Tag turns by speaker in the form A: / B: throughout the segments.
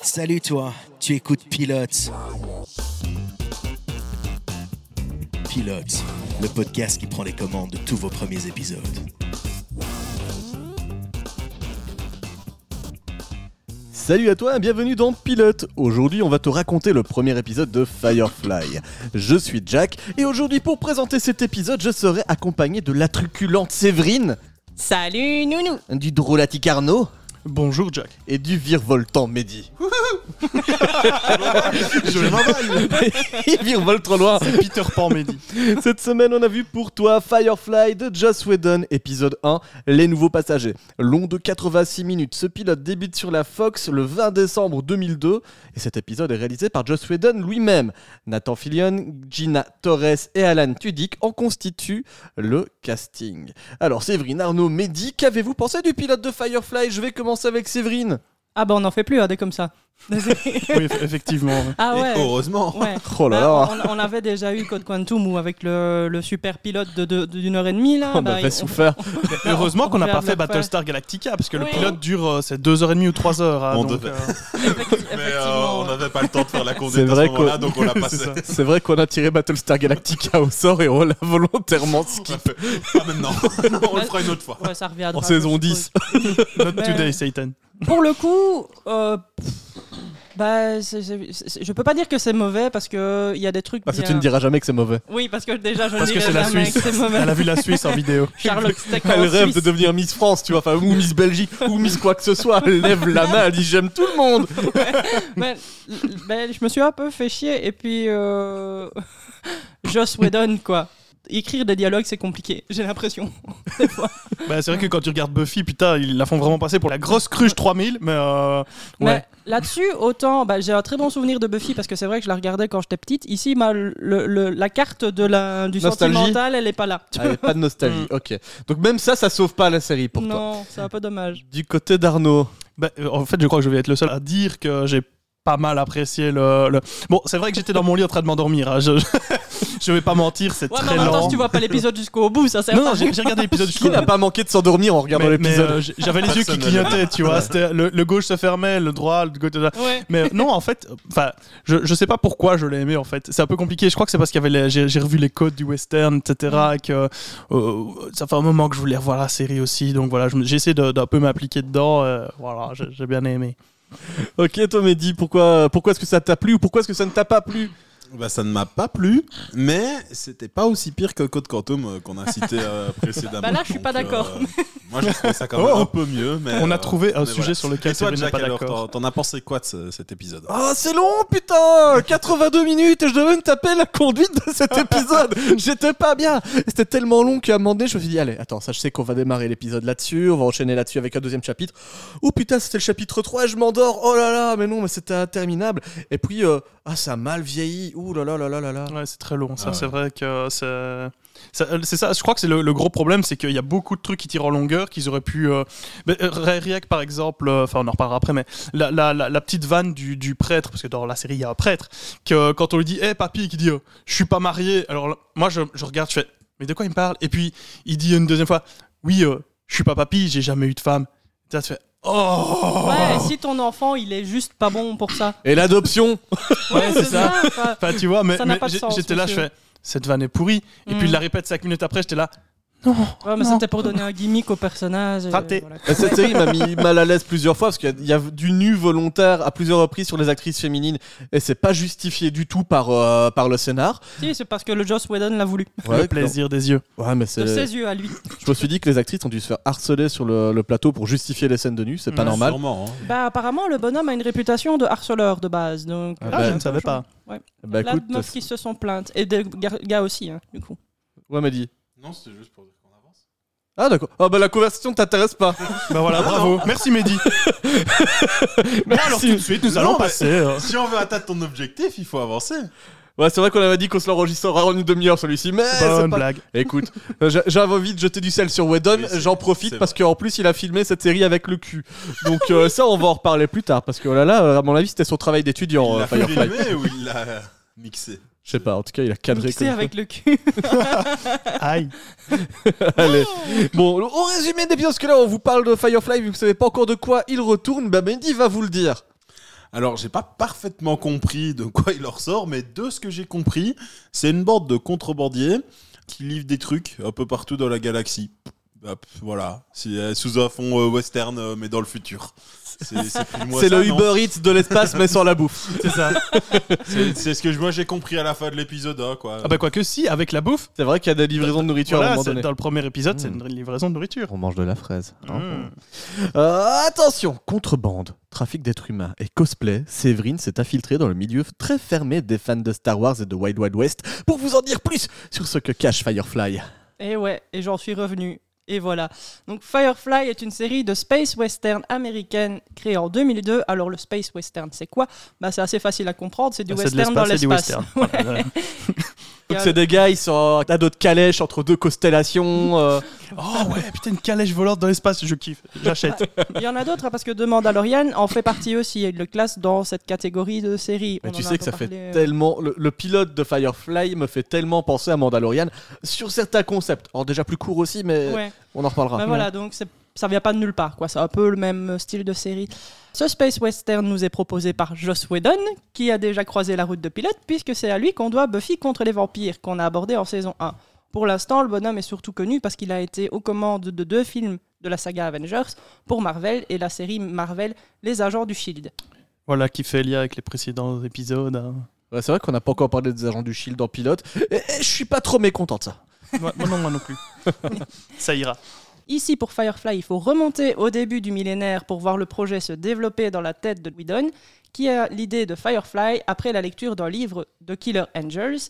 A: Salut toi, tu écoutes Pilote. Pilote, le podcast qui prend les commandes de tous vos premiers épisodes.
B: Salut à toi et bienvenue dans Pilote. Aujourd'hui, on va te raconter le premier épisode de Firefly. Je suis Jack et aujourd'hui, pour présenter cet épisode, je serai accompagné de la truculente Séverine,
C: Salut Nounou
B: du drôlatique Arnaud
D: Bonjour Jack.
B: et du virevoltant Mehdi.
D: Je m'emballe.
B: Il virevole trop loin.
D: Peter Pan Mehdi.
B: Cette semaine, on a vu pour toi Firefly de Joss Whedon, épisode 1, Les Nouveaux Passagers. Long de 86 minutes, ce pilote débute sur la Fox le 20 décembre 2002 et cet épisode est réalisé par Joss Whedon lui-même. Nathan Fillion, Gina Torres et Alan Tudyk en constituent le casting. Alors Séverine, Arnaud, Mehdi, qu'avez-vous pensé du pilote de Firefly Je vais commencer avec Séverine.
C: Ah bah on n'en fait plus, hein, des comme ça.
D: Oui, eff- effectivement. ouais.
C: ah
E: Et
C: ouais,
E: heureusement.
C: ouais.
B: Oh là là.
C: Bah, on, on l'avait déjà eu Code Quantum ou avec le, le super pilote de- de- d'une heure et demie là.
B: On
C: Bah,
B: m'avait
C: il-
B: souffert.
D: Heureusement qu'on n'a
C: Bah, On
D: pas
C: peut
D: fait
C: le faire.
D: Battlestar Galactica parce que le
C: Oui.
D: pilote dure euh, c'est 2h30 ou 3h.
E: On
D: donc,
E: devait.
D: euh,
E: Mais euh,
C: effectivement.
E: on n'avait pas le temps de faire la conduite
B: C'est
E: à
B: vrai
E: ce moment-là,
B: qu'on-
E: donc on l'a
D: c'est
E: passé.
D: ça.
B: C'est vrai qu'on a tiré Battlestar Galactica au sort et on l'a volontairement
E: On l'a fait. Pas Ah, maintenant. on le fera une autre fois.
C: Ouais, ça reviendra.
B: En saison
C: je suppose.
B: 10.
D: euh, Not
C: Mais-
D: today, Satan.
C: Pour le coup, euh, pff, bah, c'est- c'est- c'est- je peux pas dire que c'est mauvais parce que euh, il y a des trucs.
B: Parce Ah, que
C: bien-
B: tu ne diras jamais que c'est mauvais.
C: Oui, parce que déjà je ne
D: Parce que
C: dirai
D: c'est la
C: jamais
D: Suisse.
C: que c'est mauvais.
D: Elle a vu la Suisse en vidéo.
C: Charlotte Steck
B: Elle
C: en
B: rêve de
C: Suisse.
B: devenir Miss France, tu vois, enfin, ou Miss Belgique, ou Miss quoi que ce soit. Elle lève la main, elle dit j'aime tout le monde.
C: Ben, l- ben, je me suis un peu fait chier et puis euh... Joss Whedon quoi. Écrire des dialogues c'est compliqué, j'ai l'impression.
D: Bah, c'est vrai que quand tu regardes Buffy, putain, ils la font vraiment passer pour la grosse cruche 3000. Mais euh, ouais.
C: Mais là-dessus, autant bah, j'ai un très bon souvenir de Buffy parce que c'est vrai que je la regardais quand j'étais petite. Ici, bah, le- le- la carte de la, du
B: Nostalgie.
C: sentimental, elle est pas là.
D: Ah,
B: Allez, pas de nostalgie, ok. Donc même ça, ça sauve pas la série pour toi.
C: Mm. non, c'est un peu dommage.
B: Du côté d'Arnaud,
D: Bah, euh, en fait, je crois que je vais être le seul à dire que j'ai pas mal apprécié le. le- Bon, c'est vrai que j'étais dans mon lit en train de m'endormir. hein, Je... je vais pas mentir, c'est
C: Ouais, mais
D: très
C: en même temps,
D: lent.
C: si tu vois pas l'épisode jusqu'au bout, ça sert
D: Non,
C: pas.
D: non, j'ai j'ai regardé l'épisode jusqu'au
B: qui n'a
D: bout.
B: pas manqué de s'endormir en regardant
D: Mais- mais,
B: l'épisode
D: euh, j- J'avais les yeux qui
E: Personne ne
D: clignotaient, tu vois. c'était- Le, le gauche se fermait, le droit, le côté.
C: Ouais.
D: Mais euh, non, en fait, enfin, je, je sais pas pourquoi je l'ai aimé en fait. C'est un peu compliqué. Je crois que c'est parce qu'il y avait les- j'ai j'ai revu les codes du western, etc. et que euh, ça fait un moment que je voulais revoir la série aussi. Donc voilà, je me- j'ai essayé de- d'un peu m'appliquer dedans. euh, voilà, j'ai j'ai bien aimé.
B: Ok, toi Mehdi, pourquoi, pourquoi est-ce que ça t'a plu ou pourquoi est-ce que ça ne t'a pas plu
E: Bah, ça ne m'a pas plu, mais c'était pas aussi pire que Code Quantum euh, qu'on a cité euh, précédemment.
C: Bah là, je suis pas
E: Donc,
C: d'accord.
E: euh, moi, je trouvais ça quand même
D: Oh.
E: un peu mieux. Mais,
D: On
E: euh,
D: a trouvé un
E: mais
D: sujet
E: voilà.
D: sur lequel
E: Et toi,
D: Séverine n'est
E: Jack,
D: pas
E: alors,
D: d'accord.
E: t'en- t'en as pensé quoi de ce- cet épisode
B: Ah, c'est long, putain 82 minutes et je devais me taper la conduite de cet épisode J'étais pas bien C'était tellement long qu'à un moment donné, je me suis dit, allez, attends, ça, je sais qu'on va démarrer l'épisode là-dessus, on va enchaîner là-dessus avec un deuxième chapitre. Oh putain, c'était le chapitre 3 et je m'endors Oh là là, mais non, mais c'était interminable Et puis, euh, ah, ça a mal vieilli Ouh là là là là là là
D: Ouais, c'est très long. Ça,
E: Ah ouais.
D: c'est vrai que euh, c'est. ça- euh, C'est ça, je crois que c'est le, le gros problème, c'est qu'il y a beaucoup de trucs qui tirent en longueur, qu'ils auraient pu. Euh... ben, euh, Ray Riak, par exemple, euh, enfin on en reparlera après, mais la, la, la, la petite vanne du, du prêtre, parce que dans la série il y a un prêtre, que quand on lui dit, hé papy, qui dit, euh, je suis pas marié, alors là, moi je, je regarde, je fais, mais de quoi il me parle Et puis il dit une deuxième fois, oui, euh, je suis pas papy, j'ai jamais eu de femme. Et là, tu fais, oh
C: Ouais, si ton enfant il est juste pas bon pour ça.
B: Et l'adoption
D: Ouais, c'est ça.
C: Enfin,
D: Enfin, tu vois, mais,
C: Ça n'a
D: mais
C: pas de
D: j'ai-
C: sens,
D: j'étais là, je
C: monsieur.
D: fais cette vanne est pourrie. Et
C: Mm.
D: puis il la répète 5 minutes après, j'étais là.
C: ouais, mais
D: Non.
C: c'était pour donner un gimmick au personnage. et
D: Raté.
C: voilà.
B: Bah, Cette série m'a mis mal à l'aise plusieurs fois parce qu'il y a- il y, a du nu volontaire à plusieurs reprises sur les actrices féminines et c'est pas justifié du tout par, euh, par le scénar.
C: Si, c'est parce que le Joss Whedon l'a voulu.
D: le plaisir des yeux.
B: Ouais, mais c'est.
D: Euh,
C: De ses yeux à lui.
B: Je me suis dit que les actrices ont dû se faire harceler sur le, le plateau pour justifier les scènes de nu, c'est pas
D: Ouais,
B: normal.
E: Sûrement, hein.
C: Bah apparemment le bonhomme a une réputation de harceleur de base, donc.
B: Ah
C: euh,
D: Ah,
B: bah,
D: je ne savais pas. euh,
B: Bah
C: Plein
B: écoute,
C: de meufs qui se sont plaintes et des gar- gars aussi, hein, du coup.
B: ouais m'a dit.
E: Non, c'était juste pour dire qu'on avance.
B: Ah d'accord. Ah bah la conversation t'intéresse pas.
D: Bah voilà, bravo. Merci Mehdi. Mais alors tout de suite, nous
E: Non,
D: allons
E: mais-
D: passer. euh,
E: Si on veut atteindre ton objectif, il faut avancer.
B: Ouais c'est vrai qu'on avait dit qu'on se l'enregistrera en une demi-heure celui-ci, mais c'est
D: Bonne
B: pas...
D: blague.
B: Écoute, euh, j'a- j'avais envie de jeter du sel sur Whedon,
E: Oui, c'est-
B: j'en
E: c'est
B: profite
E: vrai.
B: parce qu'en plus il a filmé cette série avec le cul. Donc euh, ça on va en reparler plus tard parce que oh là là, euh, à mon avis c'était son travail d'étudiant
E: il
B: euh,
E: l'a
B: Firefly.
E: filmé ou il l'a mixé
B: Je sais pas, en tout cas, il a cadré
C: Mixé
B: comme ça.
C: avec le cul.
D: Aïe.
B: Allez. Bon, au résumé des parce que là, on vous parle de Firefly, vu que vous savez pas encore de quoi il retourne, bah Bendy va vous le dire.
E: Alors, j'ai pas parfaitement compris de quoi il en ressort, mais de ce que j'ai compris, c'est une bande de contrebandiers qui livrent des trucs un peu partout dans la galaxie. Hop, voilà, c'est euh, sous un fond euh, western, euh, mais dans le futur. C'est c'est plus moi
B: C'est
E: ça,
B: le
E: non
B: Uber Eats de l'espace, mais sans la bouffe.
D: C'est ça.
E: C'est c'est ce que moi j'ai compris à la fin de l'épisode, hein, quoi.
D: Ah bah quoique si, avec la bouffe.
B: C'est vrai qu'il y a des livraisons de nourriture à un
D: Voilà,
B: moment
D: c'est-
B: donné.
D: dans le premier épisode, c'est
B: Mm.
D: une livraison de nourriture.
B: On mange de la fraise. hein.
D: Mm.
B: Euh, attention, contrebande, trafic d'êtres humains et cosplay, Séverine s'est infiltrée dans le milieu très fermé des fans de Star Wars et de Wild Wild West pour vous en dire plus sur ce que cache Firefly.
C: Et ouais, et j'en suis revenu. Et voilà. Donc Firefly est une série de space western américaine créée en 2002. Alors le space western, c'est quoi Bah c'est assez facile à comprendre, c'est du
D: Ah, c'est de
C: western dans
D: l'espace, c'est du
C: l'espace. Ouais.
D: western. Voilà, ouais.
B: Donc c'est des gars, ils sont à dos de calèche entre deux constellations. euh,
D: Oh ouais, putain, une calèche volante dans l'espace, je kiffe. J'achète.
C: Il y en a d'autres hein, parce que The Mandalorian en fait partie aussi. Il le classe dans cette catégorie de séries.
B: Mais
C: On
B: tu
C: en a
B: sais
C: un
B: que
C: peu
B: ça fait
C: parlé, euh,
B: tellement. Le, le pilote de Firefly me fait tellement penser à Mandalorian sur certains concepts. Alors, déjà plus court aussi, mais
C: euh, Ouais.
B: on en reparlera.
C: Bah voilà, donc c'est- ça vient pas de nulle part, quoi. C'est un peu le même euh, style de série. Ce space western nous est proposé par Joss Whedon, qui a déjà croisé la route de pilote, puisque c'est à lui qu'on doit Buffy contre les vampires, qu'on a abordé en saison 1. Pour l'instant, le bonhomme est surtout connu parce qu'il a été aux commandes de deux films de la saga Avengers pour Marvel et la série Marvel Les Agents du Shield.
D: voilà qui fait lien avec les précédents épisodes. hein.
B: Ouais, c'est vrai qu'on n'a pas encore parlé des agents du Shield en pilote. Et, et je suis pas trop mécontent de ça.
D: Moi, moi non, moi non plus. Ça ira.
C: Ici, pour Firefly, il faut remonter au début du millénaire pour voir le projet se développer dans la tête de Whedon, qui a l'idée de Firefly après la lecture d'un livre de Killer Angels,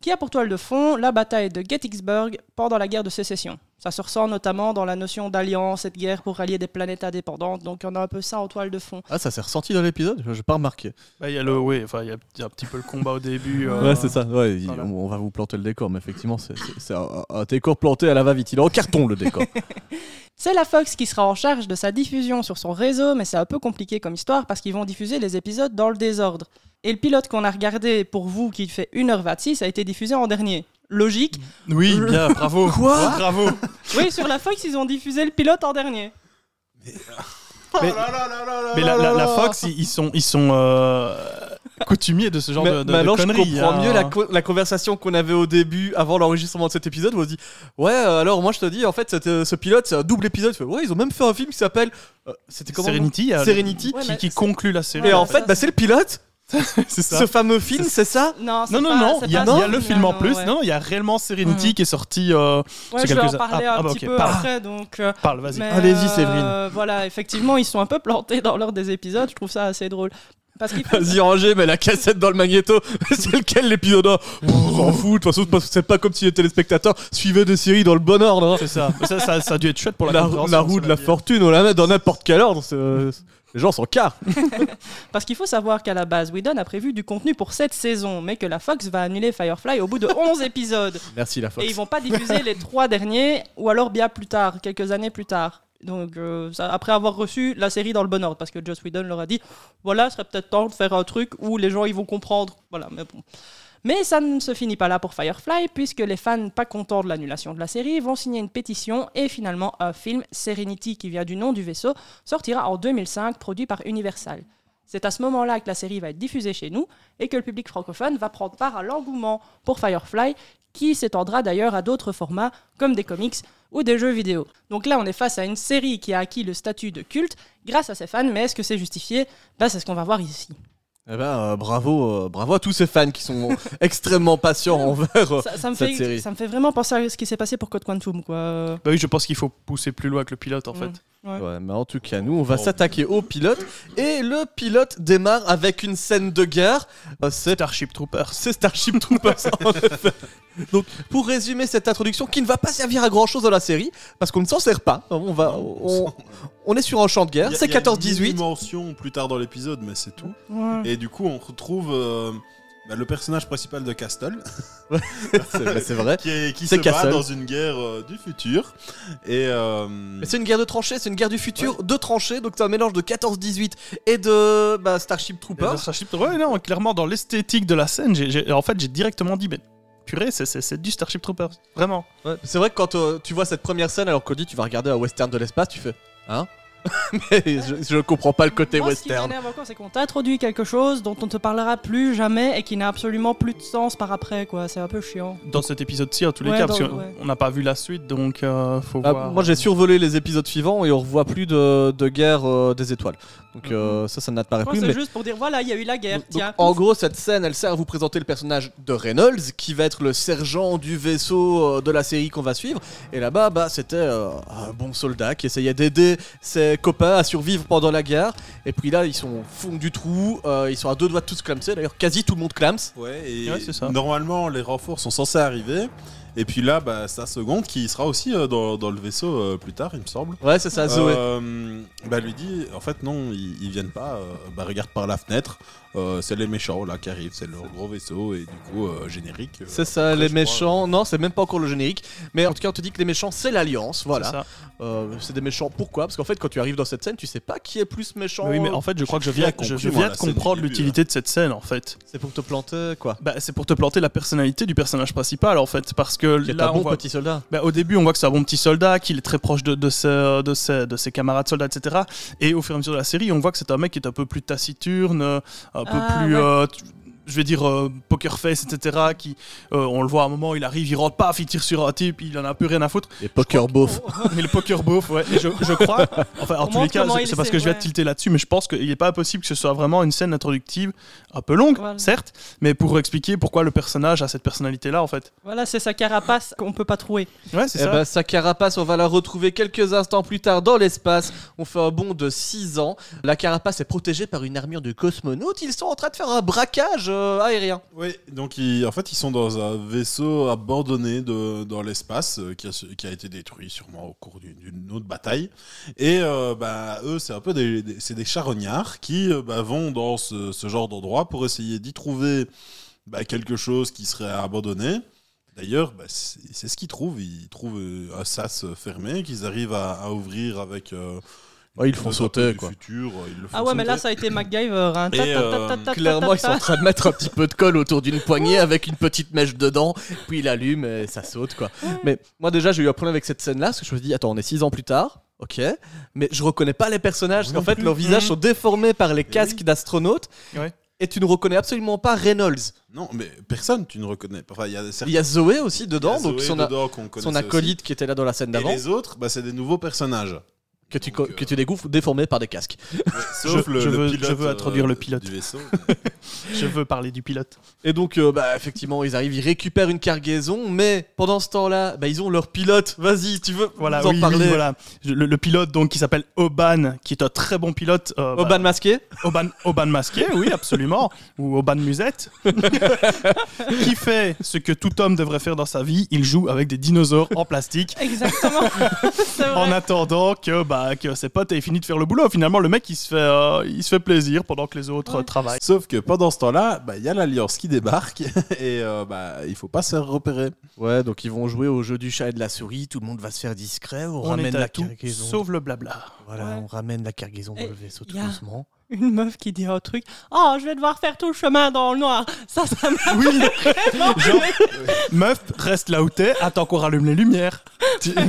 C: qui a pour toile de fond la bataille de Gettysburg pendant la guerre de sécession. Ça se ressent notamment dans la notion d'alliance et de guerre pour rallier des planètes indépendantes, donc on a un peu ça en toile de fond.
B: Ah, ça s'est ressenti dans l'épisode J'ai pas remarqué.
D: Bah, il y a le, ouais, enfin, il y, a- il y a un petit peu le combat au début. euh,
B: Ouais, c'est ça. Ouais, il-
D: Voilà.
B: on, on va vous planter le décor, mais effectivement, c'est- c'est c'est un, un décor planté à la va-vite. Il est en carton, le décor.
C: C'est la Fox qui sera en charge de sa diffusion sur son réseau, mais c'est un peu compliqué comme histoire parce qu'ils vont diffuser les épisodes dans le désordre. Et le pilote qu'on a regardé pour vous, qui fait 1h26, a été diffusé en dernier. Logique.
D: Oui, bien, bravo.
B: Quoi
D: Bravo.
C: Oui, sur la Fox, ils ont diffusé le pilote en dernier.
E: Oh
D: mais-
E: là là là là là
D: Mais la,
E: là
C: Oh
D: la- la
E: là.
D: Fox, ils ils sont, ils sont euh, coutumiers de ce genre de, de- de
B: Maintenant,
D: conneries.
B: je comprends
D: hein.
B: mieux la, co- la conversation qu'on avait au début, avant l'enregistrement de cet épisode, où on se dit Ouais, euh, alors moi je te dis, en fait, cette, euh, ce pilote, c'est un double épisode. Je fais, ouais, ils ont même fait un film qui s'appelle. euh, C'était comment
D: Serenity, euh,
B: Serenity.
C: Ouais,
D: qui,
C: mais
D: qui
C: c'est-
D: conclut la série.
B: Et
C: Ouais,
B: en
C: ça,
B: fait, bah,
C: c'est-
B: c'est le pilote,
D: c'est ça.
B: ce fameux film, c'est ça
C: Non, c'est
D: Non, non,
C: pas-
D: non,
C: c'est
D: il y a,
C: pas
D: il y a
C: ça,
D: le
C: mais
D: film en
C: non,
D: plus.
C: ouais.
D: Non, il y a réellement Serenity qui est sorti. euh,
C: Ouais,
D: c'est
C: je vais
D: quelques-
C: en parler un
D: Ah, ah, bah,
C: petit
D: ok,
C: peu
D: pardon.
C: après, donc. euh,
D: Parle, vas-y.
C: mais,
B: Allez-y,
C: euh,
B: Séverine.
C: voilà, effectivement, ils sont un peu plantés dans l'ordre des épisodes. Je trouve ça assez drôle. Parce qu'il faut-
B: Vas-y, Roger, mais la cassette dans le magnéto, c'est lequel l'épisode 1 On s'en fout, de toute façon, c'est pas- c'est pas comme si les téléspectateurs suivaient des séries dans le bon ordre. hein.
D: C'est ça. ça, ça. ça a dû être chouette pour la,
B: La,
D: compréhension,
B: la roue de
D: cela
B: la
D: dit.
B: fortune, on la met dans n'importe quel ordre. c'est- Les gens s'en carrent.
C: Parce qu'il faut savoir qu'à la base, Whedon a prévu du contenu pour cette saison, mais que la Fox va annuler Firefly au bout de 11 épisodes.
B: Merci, la Fox.
C: Et ils vont pas diffuser les trois derniers, ou alors bien plus tard, quelques années plus tard. Donc, euh, ça- après avoir reçu la série dans le bon ordre, parce que Joss Whedon leur a dit voilà, ce serait peut-être temps de faire un truc où les gens ils vont comprendre. Voilà, mais bon. Mais ça ne se finit pas là pour Firefly, puisque les fans pas contents de l'annulation de la série vont signer une pétition et finalement un film, Serenity, qui vient du nom du vaisseau, sortira en 2005, produit par Universal. C'est à ce moment-là que la série va être diffusée chez nous et que le public francophone va prendre part à l'engouement pour Firefly, qui s'étendra d'ailleurs à d'autres formats comme des comics ou des jeux vidéo. Donc là, on est face à une série qui a acquis le statut de culte grâce à ses fans, mais est-ce que c'est justifié Bah, c'est ce qu'on va voir ici.
B: Eh ben, euh, bravo, euh, bravo à tous ces fans qui sont extrêmement patients envers. euh,
C: Ça, ça me
B: cette
C: fait,
B: série.
C: ça me fait vraiment penser à ce qui s'est passé pour Code Quantum, quoi. Euh,
D: Bah oui, je pense qu'il faut pousser plus loin que le pilote
C: Mm.
D: en fait.
C: ouais.
B: Ouais, mais en tout cas, nous, on va s'attaquer au pilote. Et le pilote démarre avec une scène de guerre. Euh, C'est
D: Starship Troopers.
B: c'est Starship Troopers. en effet. Donc, pour résumer cette introduction qui ne va pas servir à grand chose dans la série, parce qu'on ne s'en sert pas. On, va, on, on est sur un champ de guerre,
E: Il y a-
B: c'est
E: il y a une
B: 14-18.
E: mention plus tard dans l'épisode, mais c'est tout.
C: Ouais.
E: Et du coup, on retrouve euh, bah, le personnage principal de Castle,
B: C'est bah, c'est vrai.
E: qui, est- qui se
B: C'est
E: bat
B: Castle.
E: dans une guerre euh, du futur. Et euh,
B: Mais C'est une guerre de tranchées, c'est une guerre du futur, de tranchées, donc c'est un mélange de 14-18 et de bah, Starship
D: Dans
B: Troopers.
D: Starship Troopers. Ouais, non, clairement, dans l'esthétique de la scène, j'ai- j'ai- en fait, j'ai directement dit, mais purée, c'est- c'est c'est du Starship Troopers. Vraiment.
B: Ouais, c'est vrai que quand euh, tu vois cette première scène, alors qu'Audi, tu vas regarder un western de l'espace, tu fais Hein Mais je, je comprends pas le côté
C: Moi, Ce qui
B: western.
C: m'énerve encore, c'est qu'on t'introduit quelque chose dont on ne te parlera plus jamais et qui n'a absolument plus de sens par après, quoi. C'est un peu chiant.
D: Dans cet épisode-ci, en tous les
C: Ouais,
D: cas,
C: dans-
D: parce qu'on
C: ouais.
D: n'a pas vu la suite, donc euh, faut
B: Ah,
D: voir.
B: moi j'ai survolé les épisodes suivants et on revoit plus de, de guerre euh, des étoiles. Donc euh, ça, ça n'apparaît
C: Mm-hmm. Moi,
B: plus.
C: c'est
B: mais-
C: juste pour dire, voilà, il y a eu la guerre,
B: Donc,
C: tiens.
B: en gros, cette scène, elle sert à vous présenter le personnage de Reynolds, qui va être le sergent du vaisseau euh, de la série qu'on va suivre. Et là-bas, bah, c'était euh, un bon soldat qui essayait d'aider ses copains à survivre pendant la guerre. Et puis là, ils sont au fond du trou, euh, ils sont à deux doigts de tous clamser. D'ailleurs, quasi tout le monde clams.
E: ouais, et
D: Ouais, c'est ça.
E: normalement, les renforts sont censés arriver. Et puis là, bah, sa seconde, qui sera aussi euh, dans, dans le vaisseau euh, plus tard, il me semble.
B: Ouais, c'est ça, Ah, Zoé.
E: Euh, bah lui dit en fait non ils, ils viennent pas euh, bah regarde par la fenêtre euh, c'est les méchants là qui arrivent c'est leur gros vaisseau et du coup euh, générique euh,
B: C'est ça,
E: après,
B: les
E: je crois,
B: méchants. Non, c'est même pas encore le générique. Mais en tout cas, on te dit que les méchants, c'est l'Alliance.
D: C'est
B: Voilà.
D: ça.
B: Euh, C'est des méchants. Pourquoi Parce qu'en fait, quand tu arrives dans cette scène, tu sais pas qui est plus méchant.
D: Mais oui, mais en fait, je crois que je
E: bien
D: viens,
E: compris,
D: je- je
E: moi,
D: viens
E: la
D: de
E: scène du
D: comprendre
E: début,
D: l'utilité de cette scène, en fait.
B: C'est pour te planter, quoi.
D: Bah, c'est pour te planter la personnalité du personnage principal, en fait, parce que
B: Qui est
D: là,
B: un
D: on
B: bon
D: voit-
B: petit soldat.
D: Bah, au début, on voit que c'est un bon petit soldat, qu'il est très proche de, de, ses, de, ses, de ses camarades soldats, etc. Et au fur et à mesure de la série, on voit que c'est un mec qui est un peu plus taciturne, euh, un peu
C: Ah,
D: plus.
C: ouais.
D: euh, tu- je vais dire euh, poker face, etc. Qui, euh, on le voit à un moment, il arrive, il rentre, paf, il tire sur un type, il en a plus rien à foutre.
B: Et poker beauf.
D: Mais le poker beauf, ouais. Et je, je crois. Enfin, en
C: On
D: tous les
C: montre
D: cas,
C: comment
D: c'est
C: il
D: c'est parce
C: essaie,
D: que je viens
C: ouais.
D: de tilter là-dessus, mais je pense qu'il n'est pas impossible que ce soit vraiment une scène introductive un peu longue,
C: Voilà.
D: certes, mais pour expliquer pourquoi le personnage a cette personnalité-là, en fait.
C: Voilà, c'est sa carapace qu'on peut pas trouver.
D: Ouais, c'est
B: Eh
D: ça.
B: ben, sa carapace, on va la retrouver quelques instants plus tard dans l'espace. On fait un bond de 6 ans. La carapace est protégée par une armure de cosmonautes. Ils sont en train de faire un braquage euh, aérien.
E: Oui, donc ils- en fait, ils sont dans un vaisseau abandonné de, dans l'espace euh, qui a, qui a été détruit sûrement au cours d'une- d'une autre bataille. Et euh, bah, eux, c'est un peu des, des- c'est des charognards qui euh, bah, vont dans ce, ce genre d'endroit pour essayer d'y trouver bah, quelque chose qui serait abandonné. D'ailleurs, bah, c'est c'est ce qu'ils trouvent. Ils trouvent euh, un sas fermé qu'ils arrivent à, à ouvrir avec. euh,
B: Ouais, ils le
E: une
B: font
E: note un
B: sauter,
E: peu du
B: quoi.
E: Futur, euh, ils le font
C: Ah ouais, mais là,
E: sauter.
C: ça a été MacGyver. hein. Ta- ta-
E: Et,
C: ta- ta-
E: euh,
C: ta- ta-
B: Clairement, ils sont
C: ta-
B: en train de mettre un petit peu de colle autour d'une poignée avec une petite mèche dedans, puis il allume et ça saute quoi. Mais moi déjà, j'ai eu un problème avec cette scène-là parce que je me suis dit, attends, on est 6 ans plus tard, ok, mais je reconnais pas les personnages parce
E: Non
B: qu'en fait,
E: plus.
B: leurs visages
D: Mhm.
B: sont déformés par les casques
E: oui.
B: d'astronautes.
D: Ouais.
B: Et tu ne reconnais absolument pas Reynolds.
E: Non, mais personne, tu ne reconnais pas. Enfin, il y a
B: Il y a Zoé aussi dedans,
E: Il y a
B: donc
E: Zoé
B: son, a-
E: dedans qu'on
B: son
E: connaissait
B: acolyte qui était là dans la scène
E: aussi. Et
B: d'avant,
E: les autres, bah, c'est des nouveaux personnages.
B: que, tu
E: donc,
B: co-
E: euh,
B: que tu découvres déformés par des casques.
E: Sauf
D: Je-
E: le,
D: je
E: le
D: veux-
E: pilote. euh,
D: je veux introduire le pilote.
E: Du vaisseau.
D: Je veux parler du pilote.
B: Et donc, euh, bah, effectivement, ils arrivent, ils récupèrent une cargaison, mais pendant ce temps-là, bah, ils ont leur pilote. Vas-y, tu veux
D: Voilà,
B: nous en
D: oui, oui,
B: parler
D: voilà. Je- Le, le pilote donc qui s'appelle Oban, qui est un très bon pilote. euh, bah,
B: Oban masqué
D: Oban, Oban masqué, oui, absolument, ou Oban musette, qui fait ce que tout homme devrait faire dans sa vie. Il joue avec des dinosaures en plastique.
C: Exactement. C'est vrai.
D: En attendant que, bah, que ses potes aient fini de faire le boulot, finalement le mec il se fait, euh, il se fait plaisir pendant que les autres
C: Ouais.
D: euh, travaillent.
E: Sauf que pendant ce temps-là, bah, il y a l'Alliance qui débarque et euh, bah, il faut pas se faire repérer.
B: Ouais, donc ils vont jouer au jeu du chat et de la souris, tout le monde va se faire discret, on, ramène
D: est à
B: la
D: tout,
B: cargaison.
D: sauf le blabla.
B: Voilà,
C: Ouais.
B: on ramène la cargaison dans
C: Et
B: le vaisseau tout
C: y a-
B: doucement.
C: Une meuf qui dit un truc. Oh, je vais devoir faire tout le chemin dans le noir. Ça, ça m'a
D: Oui,
C: vraiment.
D: Genre- meuf, reste là où t'es, attends qu'on rallume les lumières. Tu-
C: Genre,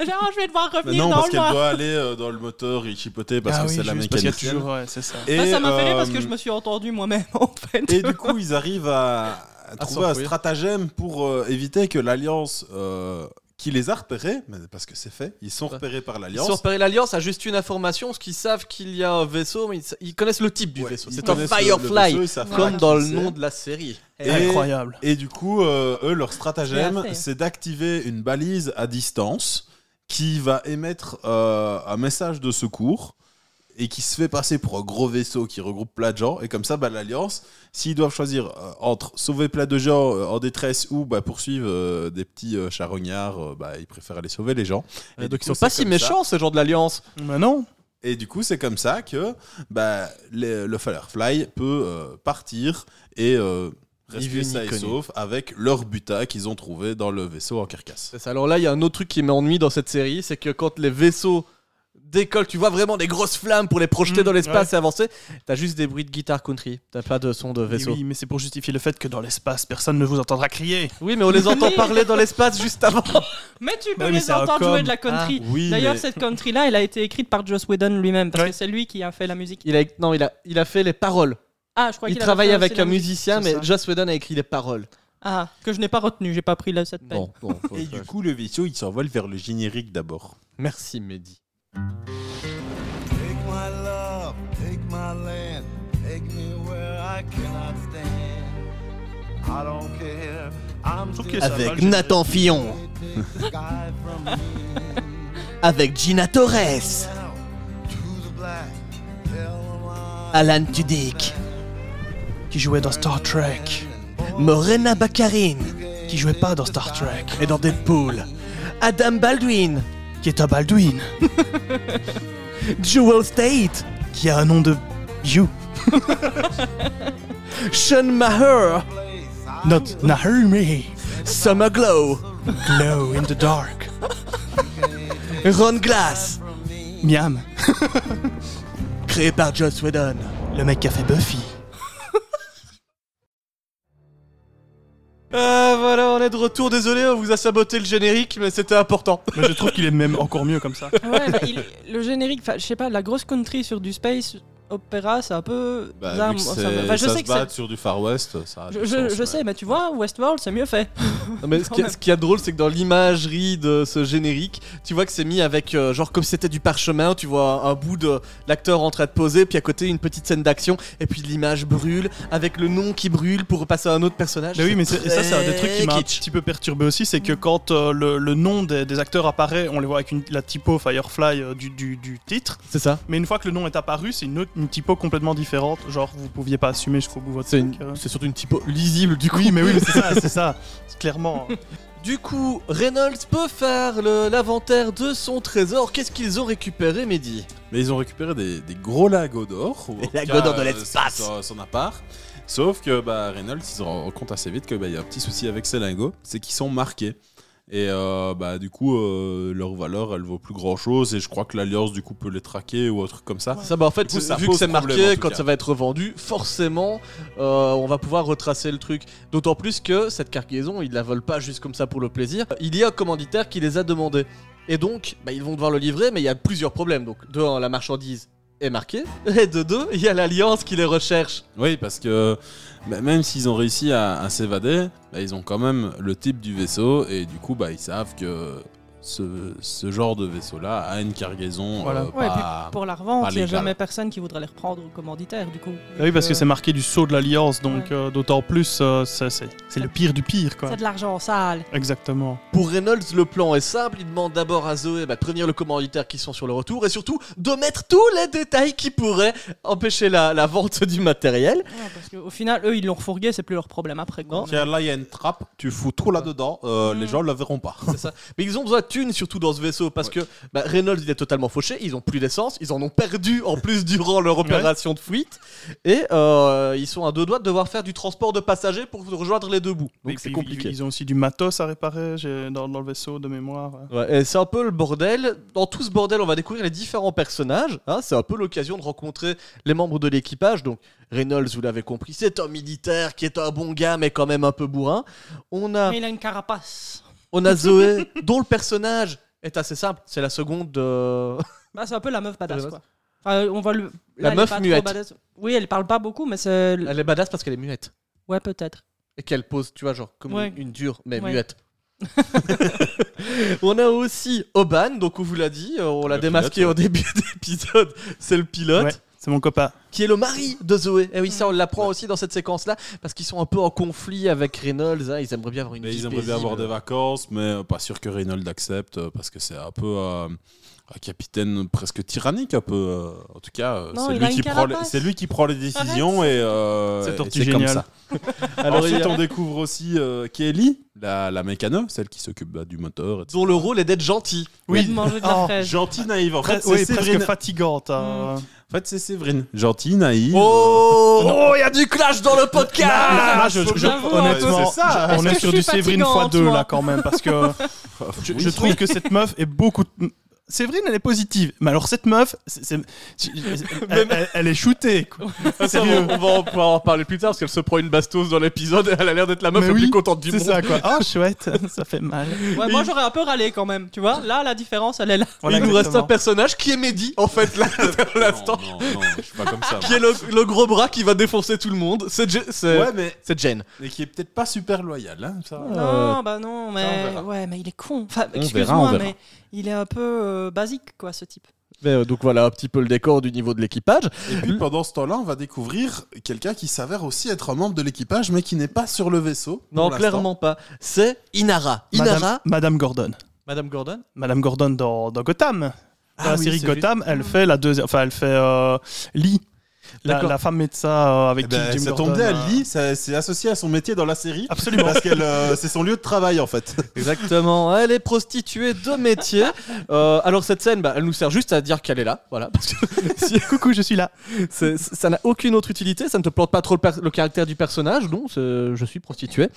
C: je vais devoir
B: Ah,
E: Mais
C: revenir
E: non,
C: dans
E: parce
C: le
E: qu'elle
C: noir.
E: doit aller euh, dans le moteur et chipoter parce
D: Ah
E: que
D: oui,
E: c'est la
D: juste parce qu'il y a
E: mécanique.
D: toujours, euh, ouais, c'est ça.
E: Et,
C: Ça,
B: Ah,
C: Ben, ça m'a fait rire
E: euh,
C: parce que je me suis entendu moi-même, en fait.
E: Et du coup, ils arrivent à, à trouver un
B: s'enfuir.
E: stratagème pour euh, éviter que l'Alliance euh, qui les a repérés, mais parce que c'est fait, ils sont repérés par
B: Ils sont
E: l'Alliance.
B: repérés l'Alliance a juste une information, ce qu'ils savent qu'il y a un vaisseau, mais ils, sa- ils connaissent le type du
E: Ouais,
B: vaisseau.
E: ils
B: C'est un
E: connaissent le- le
B: Firefly,
E: vaisseau, ils savent pas
B: comme
E: qui
B: dans le
E: c'est.
B: nom de la série.
E: Et-
D: Incroyable.
E: Et du coup, euh, eux, leur
C: Je
E: stratagème,
C: l'ai fait.
E: c'est d'activer une balise à distance qui va émettre euh, un message de secours et qui se fait passer pour un gros vaisseau qui regroupe plein de gens. Et comme ça, bah, l'Alliance, s'ils doivent choisir euh, entre sauver plein de gens euh, en détresse ou bah, poursuivre euh, des petits euh, charognards, euh, bah, ils préfèrent aller sauver les gens. Et
B: Et
E: du
B: Euh, donc ils
E: coup,
B: sont pas si
E: c'est comme ça.
B: méchants, ces gens de l'Alliance.
D: Mais non.
E: Et du coup, c'est comme ça que bah, les- le Firefly peut euh, partir et euh,
B: Ni vu,
E: restés
B: ni
E: sains et
B: connus.
E: saufs avec leur butin qu'ils ont trouvé dans le vaisseau en carcasse.
B: C'est ça. Alors là, il y a un autre truc qui m'ennuie dans cette série, c'est que quand les vaisseaux décollent, tu vois vraiment des grosses flammes pour les projeter
D: Mmh,
B: dans l'espace et avancer. T'as juste des bruits de guitare country. T'as pas de son de
D: Mais
B: vaisseau.
D: oui, mais c'est pour justifier le fait que dans l'espace, personne ne vous entendra crier.
B: Oui, mais on les entend parler dans l'espace juste avant.
C: Mais tu peux
D: Bah oui, mais
C: les
D: c'est un
C: entendre
D: com.
C: jouer de la country.
E: Ah, Oui,
C: D'ailleurs,
E: mais-
C: cette country-là, elle a été écrite par Joss Whedon lui-même, parce
D: Ouais.
C: que c'est lui qui a fait la musique.
B: Il a, non, il a, il a fait les paroles.
C: Ah, je crois
B: Il
C: qu'il a
B: travaille
C: fait
B: avec
C: aussi la
B: un
C: musique.
B: musicien,
D: c'est
B: mais
D: ça.
B: Joss Whedon a écrit les paroles.
C: Ah, que je n'ai pas retenu, j'ai pas pris la, cette peine.
B: Bon, bon, faut-
E: Et du coup, le vaisseau, il s'envole vers le générique d'abord.
B: Merci Mehdi.
F: Take my love, take my land, take me where I cannot stand. I don't care, I'm
D: trouve
F: still
D: que ça va,
A: Avec
D: le
A: Nathan Fillon,
F: take the sky from me
A: avec Gina Torres,
F: now to the black. Tell 'em I
A: Alan Tudyk,
D: Qui jouait dans Star Trek.
A: Morena Baccarin
D: Qui jouait pas dans Star Trek.
A: et dans Deadpool, Adam Baldwin,
D: Qui est un Baldwin.
A: Jewel State,
D: Qui a un nom de. You.
A: Sean Maher,
D: Not Nahumi.
A: Summer Glow,
D: Glow in the dark.
A: Ron Glass,
D: Miam.
A: créé par Joss Whedon.
D: Le mec qui a fait Buffy.
B: Euh, voilà, on est de retour. Désolé, on vous a saboté le générique, mais c'était important.
D: Mais je trouve qu'il est même encore mieux comme ça.
C: Ouais, bah, il- le générique, enfin, je sais pas, la grosse country sur du space opéra, c'est un peu.
E: Bah,
C: bizarre,
E: vu que
C: moi,
E: c'est-
C: ça me- enfin, je
E: ça
C: sais
E: se
C: que
E: bat
C: c'est-
E: sur du Far West, ça a
C: Je,
E: du
C: je-
E: sens,
C: je
E: mais-
C: sais, mais tu vois, Westworld, c'est mieux fait.
B: Non, mais ce qui, ce qui est drôle, c'est que dans l'imagerie de ce générique, tu vois que c'est mis avec, euh, genre comme si c'était du parchemin, tu vois un bout de l'acteur en train de poser, puis à côté une petite scène d'action, et puis l'image brûle, avec le nom qui brûle pour passer à un autre personnage.
D: Mais oui, mais c'est- et ça, c'est un des
B: Bah très
D: trucs qui m'a un
B: kitsch.
D: petit peu perturbé aussi, c'est que quand euh, le, le nom des, des acteurs apparaît, on les voit avec une- la typo Firefly euh, du, du- du titre,
B: C'est ça
D: mais une fois que le nom est apparu, c'est une, autre- une typo complètement différente. Genre, vous pouviez pas assumer jusqu'au bout votre
B: C'est une-
D: truc, euh.
B: c'est surtout une typo lisible du coup.
D: Oui, mais oui, mais c'est ça, c'est ça, C'est clairement.
B: Du coup, Reynolds peut faire le- l'inventaire de son trésor. Qu'est-ce qu'ils ont récupéré, Mehdi
E: Mais ils ont récupéré des, des gros lagos d'or. ou en
A: Des
E: tout cas,
A: lagos d'or de
E: euh,
A: l'espace.
E: Son, son appart. Sauf que bah, Reynolds, ils se rendent compte assez vite qu'il bah, il y a un petit souci avec ces lingots, c'est qu'ils sont marqués. Et euh, bah, du coup, euh, leur valeur, elle vaut plus grand chose. Et je crois que l'Alliance, du coup, peut les traquer ou un truc comme ça.
B: Ça, bah en fait,
E: Du coup, ça
B: vu que
E: pose
B: c'est
E: problème, en
B: marqué,
E: tout
B: quand
E: cas.
B: ça va être revendu, forcément, euh, on va pouvoir retracer le truc. D'autant plus que cette cargaison, ils la volent pas juste comme ça pour le plaisir. Il y a un commanditaire qui les a demandés. Et donc, bah, ils vont devoir le livrer, mais il y a plusieurs problèmes. Donc, de un, la marchandise est marquée. Et de deux, il y a l'Alliance qui les recherche.
E: Oui, parce que bah, même s'ils ont réussi à, à s'évader, bah, ils ont quand même le type du vaisseau. Et du coup, bah, ils savent que ce, ce genre de vaisseau-là a une cargaison.
D: Voilà.
E: euh,
C: Ouais, et puis
E: pas-
C: pour la revente,
E: pas
C: il n'y a
E: légal.
C: jamais personne qui voudrait les reprendre au commanditaire, du coup.
D: Ah oui, parce que
C: Euh,
D: c'est marqué du saut de l'Alliance, donc
C: Ouais.
D: euh, d'autant plus, euh, ça, c'est c'est le pire du pire, quoi.
C: C'est de l'argent sale.
D: Exactement.
B: Pour Reynolds, le plan est simple. Il demande d'abord à Zoé bah, de prévenir le commanditaire qui sont sur le retour et surtout de mettre tous les détails qui pourraient empêcher la- la vente du matériel.
C: parce qu'au final, eux, ils l'ont refourgué, c'est plus leur problème après. Quoi.
E: Tiens, là, il y a une trappe, tu fous tout là-dedans, euh, les gens ne la verront pas.
B: Mais ils ont besoin de thunes, surtout dans ce vaisseau, parce
E: Ouais.
B: que bah, Reynolds, il est totalement fauché, ils ont plus d'essence, ils en ont perdu en plus durant leur opération de fuite, et euh, ils sont à deux doigts de devoir faire du transport de passagers pour rejoindre les deux bouts.
D: Et
B: Donc c'est
D: puis,
B: compliqué.
D: Ils, ils ont aussi du matos à réparer j'ai- dans, dans le vaisseau de mémoire. ouais.
B: Ouais, et c'est un peu le bordel. Dans tout ce bordel, on va découvrir les différents personnages. hein. c'est un peu l'occasion de rencontrer les membres de l'équipage. Donc, Reynolds, vous l'avez compris, c'est un militaire qui est un bon gars, mais quand même un peu bourrin. On a
C: Mais il a une carapace.
B: On a Zoé, dont le personnage est assez simple. C'est la seconde euh, de.
C: Bah, c'est un peu la meuf badass,
B: La
C: quoi. Enfin, on voit le...
B: La
C: elle est
B: meuf
C: pas trop
B: muette.
C: badass. Oui, elle parle pas beaucoup, mais c'est.
B: Elle est badass parce qu'elle est muette.
C: Ouais, peut-être.
B: Et qu'elle pose, tu vois, genre comme
C: Ouais.
B: une, une dure, mais
C: Ouais.
B: muette. on a aussi Oban, donc on vous l'a dit, euh, on l'a
E: Le
B: démasqué
E: pilote,
B: au début d'épisode, c'est le pilote,
D: Ouais, c'est mon copain.
B: qui est le mari de Zoé. Et oui, ça on l'apprend
E: Ouais.
B: aussi dans cette séquence-là, parce qu'ils sont un peu en conflit avec Reynolds, hein, ils aimeraient bien avoir une
E: Mais
B: vie
E: ils aimeraient bien
B: paisible.
E: avoir des vacances, mais euh, pas sûr que Reynolds accepte, euh, parce que c'est un peu euh, un capitaine presque tyrannique, un peu. euh, en tout cas, euh,
C: Non,
E: c'est
C: il a
E: lui,
C: une
E: qui prend les-
C: carapace.
E: c'est lui qui prend les décisions et, euh,
D: C'est
E: et
D: Tortue
E: c'est comme
D: Géniale.
E: ça.
B: Alors, il y
E: Ensuite,
B: a-
E: on découvre aussi euh, Kelly, la, la mécano, celle qui s'occupe bah, du moteur. etc.
B: dont le rôle est d'être gentil.
C: Oui. De manger de la
D: Oh,
C: fraise.
E: Gentille, naïve. En fait,
D: Presque-
E: c'est
D: oui, presque
E: Séverine.
D: fatigante. hein.
E: En fait, c'est Séverine. Gentille, naïve.
B: Oh, il y a du clash dans le podcast.
D: Là, là, là, je- je- je-
C: J'avoue,
E: ouais,
D: honnêtement,
E: c'est ça.
C: Est-ce
D: on
C: que
D: est
C: je
D: sur
C: suis
D: du Séverine
C: fatigante,
D: x2
C: moi
D: là quand même, parce que je, je trouve que cette meuf est beaucoup. Séverine, elle est positive, mais alors cette meuf, c'est- c'est- elle, elle- elle est shootée. quoi.
B: Attends,
D: Sérieux.
B: on, on va en, pouvoir en parler plus tard parce qu'elle se prend une bastos dans l'épisode. Elle a l'air d'être la meuf
D: Mais
B: la
D: oui,
B: plus contente du
D: C'est
B: monde.
D: ça quoi. Ah chouette, ça fait mal.
C: Ouais, moi j'aurais un peu râlé quand même, tu vois. Là, la différence, elle est là.
D: Voilà,
B: il nous reste un
D: exactement.
B: personnage qui est Mehdi, en fait, là, pour l'instant,
E: Non, non, non, je suis pas comme ça.
B: qui est le, le gros bras qui va défoncer tout le monde. C'est Je- c'est-
E: Ouais, mais,
B: c'est Jane.
E: mais qui est peut-être pas super loyal. Hein, ça.
C: Non, bah non, mais
E: verra.
C: ouais, mais il est con. Enfin,
E: On verra,
C: excuse-moi,
E: on verra.
C: mais il est un peu euh, basique, quoi, ce type.
B: Mais, euh, donc voilà un petit peu le décor du niveau de l'équipage.
E: Et puis pendant ce temps-là, on va découvrir quelqu'un qui s'avère aussi être un membre de l'équipage, mais qui n'est pas sur le vaisseau. pour
B: Non,
E: l'instant.
B: clairement pas. C'est Inara. Inara.
D: Madame, Madame Gordon.
B: Madame Gordon
D: Madame Gordon dans, dans Gotham. Dans
B: Ah
D: la
B: oui,
D: série
B: c'est vrai.
D: Gotham, elle fait la deuxième. Enfin, elle fait euh, Lee, la,
B: D'accord.
D: la femme médecin euh,
E: Eh
D: avec
E: ben,
D: qui Jim
E: ça
D: Gordon.
E: tombe bien,
D: euh,
E: elle lit, ça- c'est associé à son métier dans la série.
D: Absolument.
E: Parce que c'est son lieu de travail en fait.
B: Exactement, elle est prostituée de métier. Euh, alors cette scène, bah, elle nous sert juste à dire qu'elle est là, voilà. Parce que si-
D: Coucou, je suis là.
B: c'est- ça n'a aucune autre utilité, ça ne te plante pas trop le, per- le caractère du personnage, non, c'est- je suis prostituée.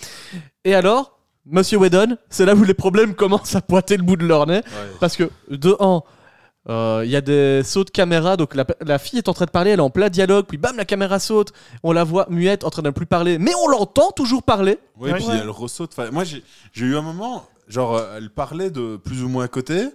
B: Et alors, Monsieur Whedon, c'est là où les problèmes commencent à pointer le bout de leur nez, parce que de un, euh, il y a des sauts de caméra, donc la, la fille est en train de parler, elle est en plein dialogue, puis bam, la caméra saute, on la voit muette en train de ne plus parler, mais on l'entend toujours parler.
E: Oui,
D: Ouais.
E: puis
D: Ouais.
E: elle ressaute. Enfin, moi, j'ai j'ai eu un moment, genre, euh, elle parlait de plus ou moins à côté,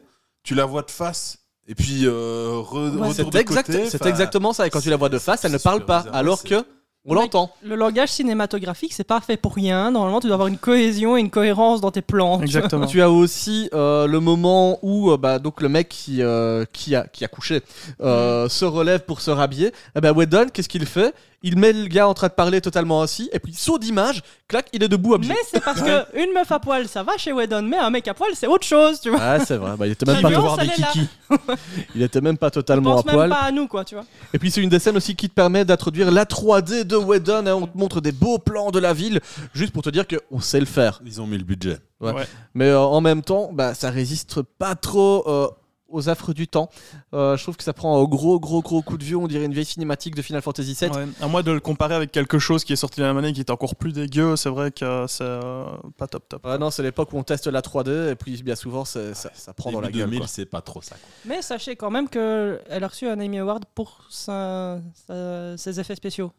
E: tu la vois de face, et puis euh, re-
C: Ouais,
E: retour
B: C'est
E: de
B: exact-
E: côté,
B: c'est
E: enfin,
B: exactement ça. Et quand tu la vois de face, elle ne
E: c'est
B: parle
E: super
B: pas,
E: bizarre,
B: alors
E: c'est-
B: que on
C: Ouais.
B: l'entend.
C: Le langage cinématographique, c'est pas fait pour rien. Normalement, tu dois avoir une cohésion et une cohérence dans tes plans. tu vois.
D: Exactement.
B: Tu as aussi euh, le moment où euh, bah, donc le mec qui, euh, qui, a, qui a couché euh, se relève pour se rhabiller. Eh ben Whedon, qu'est-ce qu'il fait Il met le gars en train de parler totalement assis, et puis saut d'image, clac, il est debout habillé.
C: Mais c'est parce que une meuf à poil, ça va chez Wedon, mais un mec à poil, c'est autre chose, tu vois.
B: Ah, c'est vrai, bah, il était
C: La
B: même pas,
C: nuance,
B: voir
C: elle
B: des
C: est là.
B: kikis. il était même pas
D: Ah,
C: On
B: totalement à
C: pense même
B: poil.
C: pas à nous, quoi, tu vois.
B: Et puis c'est une des scènes aussi qui te permet d'introduire la 3D de Whedon. hein. On te montre des beaux plans de la ville, juste pour te dire qu'on sait le faire.
E: Ils ont mis le budget.
B: Mais euh, en même temps, bah, ça résiste pas trop euh, aux affres du temps. Euh, je trouve que ça prend un gros, gros, gros coup de vieux. On dirait une vieille cinématique de Final Fantasy VII.
D: Ouais. À moi de le comparer avec quelque chose qui est sorti la même année qui est encore plus dégueu, c'est vrai que c'est euh, pas top top.
B: Ah non, c'est l'époque où on teste la 3D et puis bien souvent c'est- ça, ça prend dans la
E: Début
B: gueule.
E: 2000,
B: quoi.
E: c'est pas trop ça. quoi.
C: Mais sachez quand même qu'elle a reçu un Emmy Award pour sa- sa- ses effets spéciaux.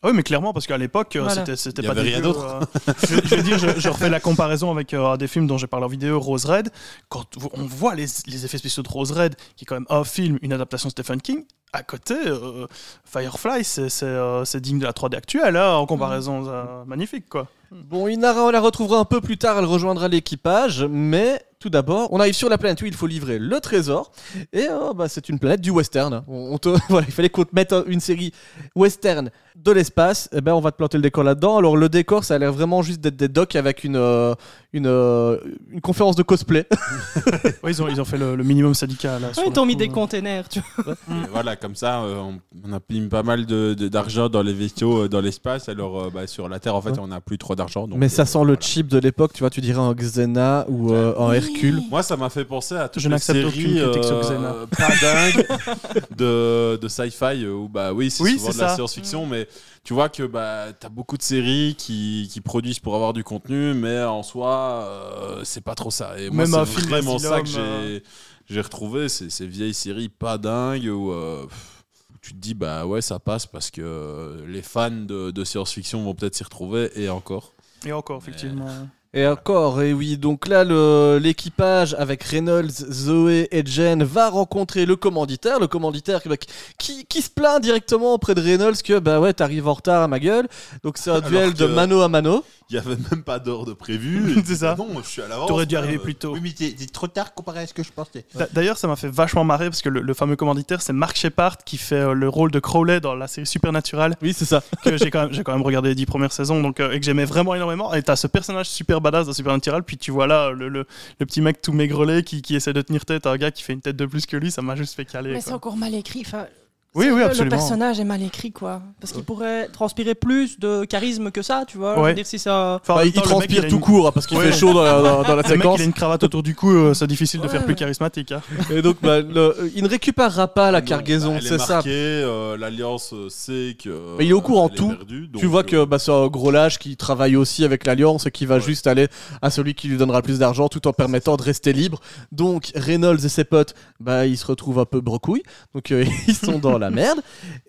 D: Ah Oui, mais clairement, parce qu'à l'époque, euh,
C: Voilà.
D: c'était- c'était
E: Il y
D: pas
E: avait rien
D: dégueu,
E: d'autre.
D: euh, je, je veux dire, je, je refais la comparaison avec euh, un des films dont j'ai parlé en vidéo, Rose Red. Quand vo- on voit les, les effets spéciaux de Rose Red, qui est quand même un film, une adaptation de Stephen King, à côté, euh, Firefly, c'est c'est, euh, c'est digne de la 3D actuelle, hein, en comparaison. euh, magnifique, quoi.
B: Bon, Inara, on la retrouvera un peu plus tard. Elle rejoindra l'équipage. Mais tout d'abord, on arrive sur la planète où il faut livrer le trésor. Et euh, bah, c'est une planète du western. hein. On, on te- voilà, il fallait qu'on te mette une série western de l'espace. Et ben, on va te planter le décor là-dedans. Alors, le décor, ça a l'air vraiment juste d'être des docks avec une, euh, une, euh, une conférence de cosplay.
D: Ouais, ils, ont, ils ont fait le, le minimum syndical. Là, sur
C: Ouais, Ils
D: le
C: t'ont mis
D: coup,
C: des
D: euh.
C: containers, tu vois.
B: Mm.
E: Et voilà, comme ça, euh, on, on a mis pas mal de- de- d'argent dans les vaisseaux, euh, dans l'espace. Alors, euh, bah, sur la Terre, en fait,
B: Ouais.
E: on a plus trop d'argent. donc,
B: Mais ça
E: euh,
B: sent le
E: voilà.
B: chip de l'époque. Tu vois, tu dirais un Xena ou euh, un Hercule.
E: Moi, ça m'a fait penser à toutes
D: Je
E: les
D: n'accepte
E: séries
D: aucune critique sur
E: euh,
D: Xena.
E: pas dingues de, de sci-fi euh, où bah oui, c'est
D: Oui,
E: souvent
D: c'est
E: de la
D: ça.
E: science-fiction, mais tu vois que bah t'as beaucoup de séries qui, qui produisent pour avoir du contenu, mais en soi, euh, c'est pas trop ça. Et moi,
D: Même un
E: c'est
D: film
E: vraiment ça
D: Asylum,
E: que j'ai j'ai retrouvé ces, ces vieilles séries pas dingues où, euh, pff, où tu te dis bah ouais, ça passe parce que euh, les fans de, de science-fiction vont peut-être s'y retrouver et encore.
D: hein. Et encore, effectivement.
B: Et encore, et oui, donc là, le- l'équipage avec Reynolds, Zoé et Jen va rencontrer le commanditaire, le commanditaire qui, bah, qui, qui se plaint directement auprès de Reynolds que bah ouais, t'arrives en retard à ma gueule. Donc c'est un
E: Alors
B: duel de
E: que-
B: mano à mano.
E: Il y avait même pas d'heure de prévu. Et
D: C'est ça.
E: Non, je suis à l'avance.
D: T'aurais dû
E: hein,
D: arriver
E: euh,
D: plus tôt.
E: Oui, mais t'es t'es trop tard comparé à ce que je pensais.
D: D'a- D'ailleurs, ça m'a fait vachement marrer parce que le, le fameux commanditaire, c'est Mark Shepard qui fait euh, le rôle de Crowley dans la série Supernatural.
B: Oui, c'est ça.
D: que j'ai quand, même- j'ai quand même regardé les dix premières saisons donc, euh, et que j'aimais vraiment énormément. Et t'as ce personnage super badass dans Supernatural, puis tu vois là le, le, le petit mec tout maigrelé qui, qui essaie de tenir tête à un gars qui fait une tête de plus que lui, ça m'a juste fait caler.
G: Mais
D: quoi.
G: c'est encore mal écrit. Enfin,
D: Oui, oui,
C: Le-
D: absolument.
C: Le personnage est mal écrit, quoi. Parce qu'il pourrait transpirer plus de charisme que ça, tu vois. Je
D: Ouais.
C: veux dire, si ça.
D: Enfin, en
B: Bah, il
D: même temps, le mec,
B: transpire
D: a
B: tout
D: une-
B: court hein, parce qu'il
D: Ouais.
B: fait chaud dans la, dans- dans la
D: Le mec,
B: séquence.
D: il a une cravate autour du cou, euh, c'est difficile de faire
C: Ouais,
D: plus
C: ouais.
D: charismatique. hein.
B: Et donc, bah, le- il ne récupérera pas la
E: Non,
B: cargaison,
E: bah, elle est
B: c'est ça.
E: marquée, euh, L'Alliance euh, sait que. euh,
B: Mais il est au courant
E: elle
B: tout.
E: perdue, donc,
B: Tu vois
E: euh,
B: que bah, c'est un gros lâche qui travaille aussi avec l'Alliance et qui va
E: Ouais.
B: juste aller à celui qui lui donnera le plus d'argent tout en permettant de rester libre. Donc Reynolds et ses potes, bah, ils se retrouvent un peu brocouilles. Donc euh, ils sont dans la merde.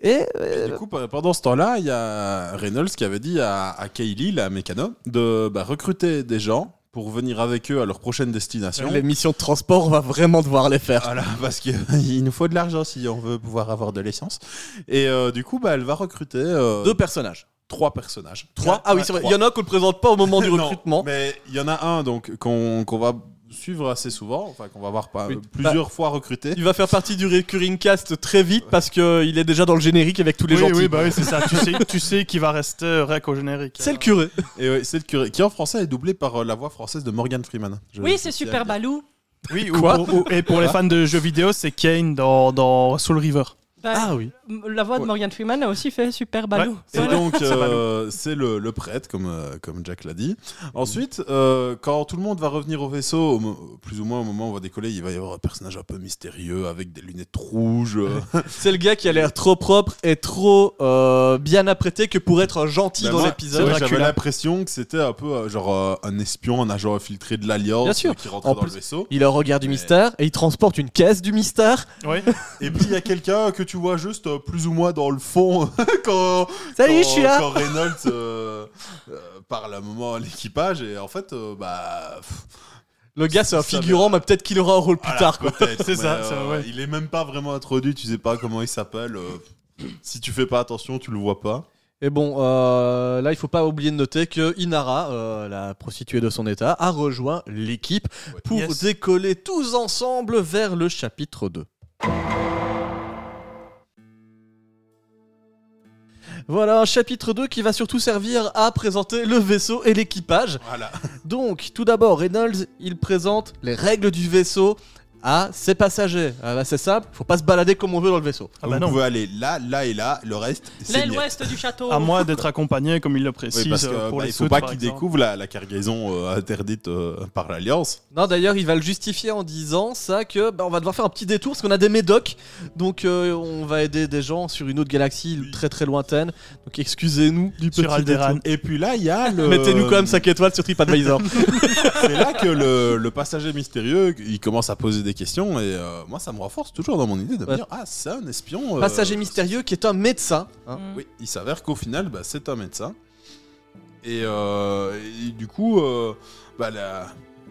B: Et euh,
E: Du coup, pe- pendant ce temps-là, il y a Reynolds qui avait dit à, à Kaylee, la mécano, de bah, recruter des gens pour venir avec eux à leur prochaine destination.
B: les missions de transport, on va vraiment devoir les faire.
E: Voilà, parce qu'il nous faut de l'argent si on veut pouvoir avoir de l'essence. Et euh, du coup, bah, elle va recruter euh,
B: Deux personnages.
E: trois personnages.
B: Trois. Ah oui, c'est vrai. Il y en a un qu'on ne présente pas au moment du
E: Non,
B: recrutement.
E: mais il y en a un donc qu'on qu'on va suivre assez souvent, enfin qu'on va voir pas,
B: Oui. Bah-
E: euh, plusieurs fois recruté.
B: Il va faire partie du recurring cast très vite parce qu'il est déjà dans le générique avec tous les
D: oui,
B: gentils.
D: oui, bah oui, c'est ça. tu sais, tu sais qui va rester euh, rec au générique.
B: C'est le curé.
E: Et ouais, c'est le curé qui en français est doublé par euh, la voix française de Morgan Freeman. Je-
C: Oui,
E: je
C: c'est
E: tiens à
C: super
E: le dire.
C: balou.
D: Oui, ou-
B: Quoi
D: ou- ou- et pour les fans de jeux vidéo, c'est Kane dans, dans Soul River.
C: Bah,
B: Ah oui.
C: m- La voix de
E: Ouais.
C: Morgan Freeman a aussi fait super balou.
D: Ouais.
E: Et
D: Voilà.
E: donc,
D: Ça va,
E: euh, c'est le, le prêtre, comme, euh, comme Jack l'a dit. Ensuite, euh, quand tout le monde va revenir au vaisseau, au mo- plus ou moins au moment où on va décoller, il va y avoir un personnage un peu mystérieux avec des lunettes rouges. euh.
B: C'est le gars qui a l'air trop propre et trop euh, bien apprêté que pour être un gentil
E: Bah,
B: dans
E: moi,
B: l'épisode.
E: c'est vrai,
D: Dracula.
E: J'avais l'impression que c'était un peu euh, genre euh, un espion, un agent infiltré de
B: Bien
E: l'Alliance
B: sûr.
E: euh, qui rentre
B: En
E: dans
B: plus-
E: le vaisseau.
B: Il a un regard du
E: Mais-
B: mystère et il transporte une caisse du mystère.
D: Ouais.
E: Et puis, il y a quelqu'un que tu vois juste euh, plus ou moins dans le fond quand,
B: Salut,
E: quand-
B: je suis là.
E: quand Reynolds euh, euh, parle à un moment à l'équipage. Et en fait, euh, bah. pff,
B: Le gars, c'est un
E: Ça, mais-
B: figurant, mais peut-être qu'il aura un rôle plus
E: Voilà,
B: tard. Quoi.
E: peut-être,
D: C'est
E: mais, euh,
D: ça, ça, ouais.
E: Il est même pas vraiment introduit, tu sais pas comment il s'appelle. euh, si tu fais pas attention, tu le vois pas.
B: Et bon, euh, là, il faut pas oublier de noter que Inara, euh, la prostituée de son état, a rejoint l'équipe
E: Ouais.
B: pour
D: Yes.
B: décoller tous ensemble vers le chapitre 2. Voilà un chapitre 2 qui va surtout servir à présenter le vaisseau et l'équipage.
E: Voilà.
D: Ah
B: Donc, tout d'abord, Reynolds, il présente les règles du vaisseau à ses passagers. Ah bah, c'est simple, faut pas se balader comme on veut dans le vaisseau.
D: Ah
E: Vous
D: bah non.
E: pouvez aller là, là et là. Le reste, c'est
C: L'aile
E: niet.
C: ouest du château.
D: À moins d'être accompagné, comme il le
E: Oui,
D: précise,
E: parce
D: euh,
E: que
D: pour
E: bah,
D: les
E: il faut
D: soutes,
E: pas
D: par
E: qu'il
D: exemple.
E: découvre la, la cargaison euh, interdite euh, par l'Alliance.
B: Non, d'ailleurs, il va le justifier en disant ça que bah, on va devoir faire un petit détour parce qu'on a des médocs. Donc, euh, on va aider des gens sur une autre galaxie
E: Oui.
B: très très lointaine. Donc, excusez-nous du petit
D: Sur Alderaan.
B: détour.
E: Et puis là, il y a le.
B: Mettez-nous quand même 5 étoiles sur TripAdvisor.
E: Euh, C'est là que le, le passager mystérieux, il commence à poser des questions et euh, moi, ça me renforce toujours dans mon idée de me
B: Ouais.
E: dire ah, c'est un espion. euh,
B: Passager mystérieux qui est un médecin. hein.
C: Mm.
E: Oui, il s'avère qu'au final, bah, c'est un médecin. Et, euh, et du coup, euh, bah, la,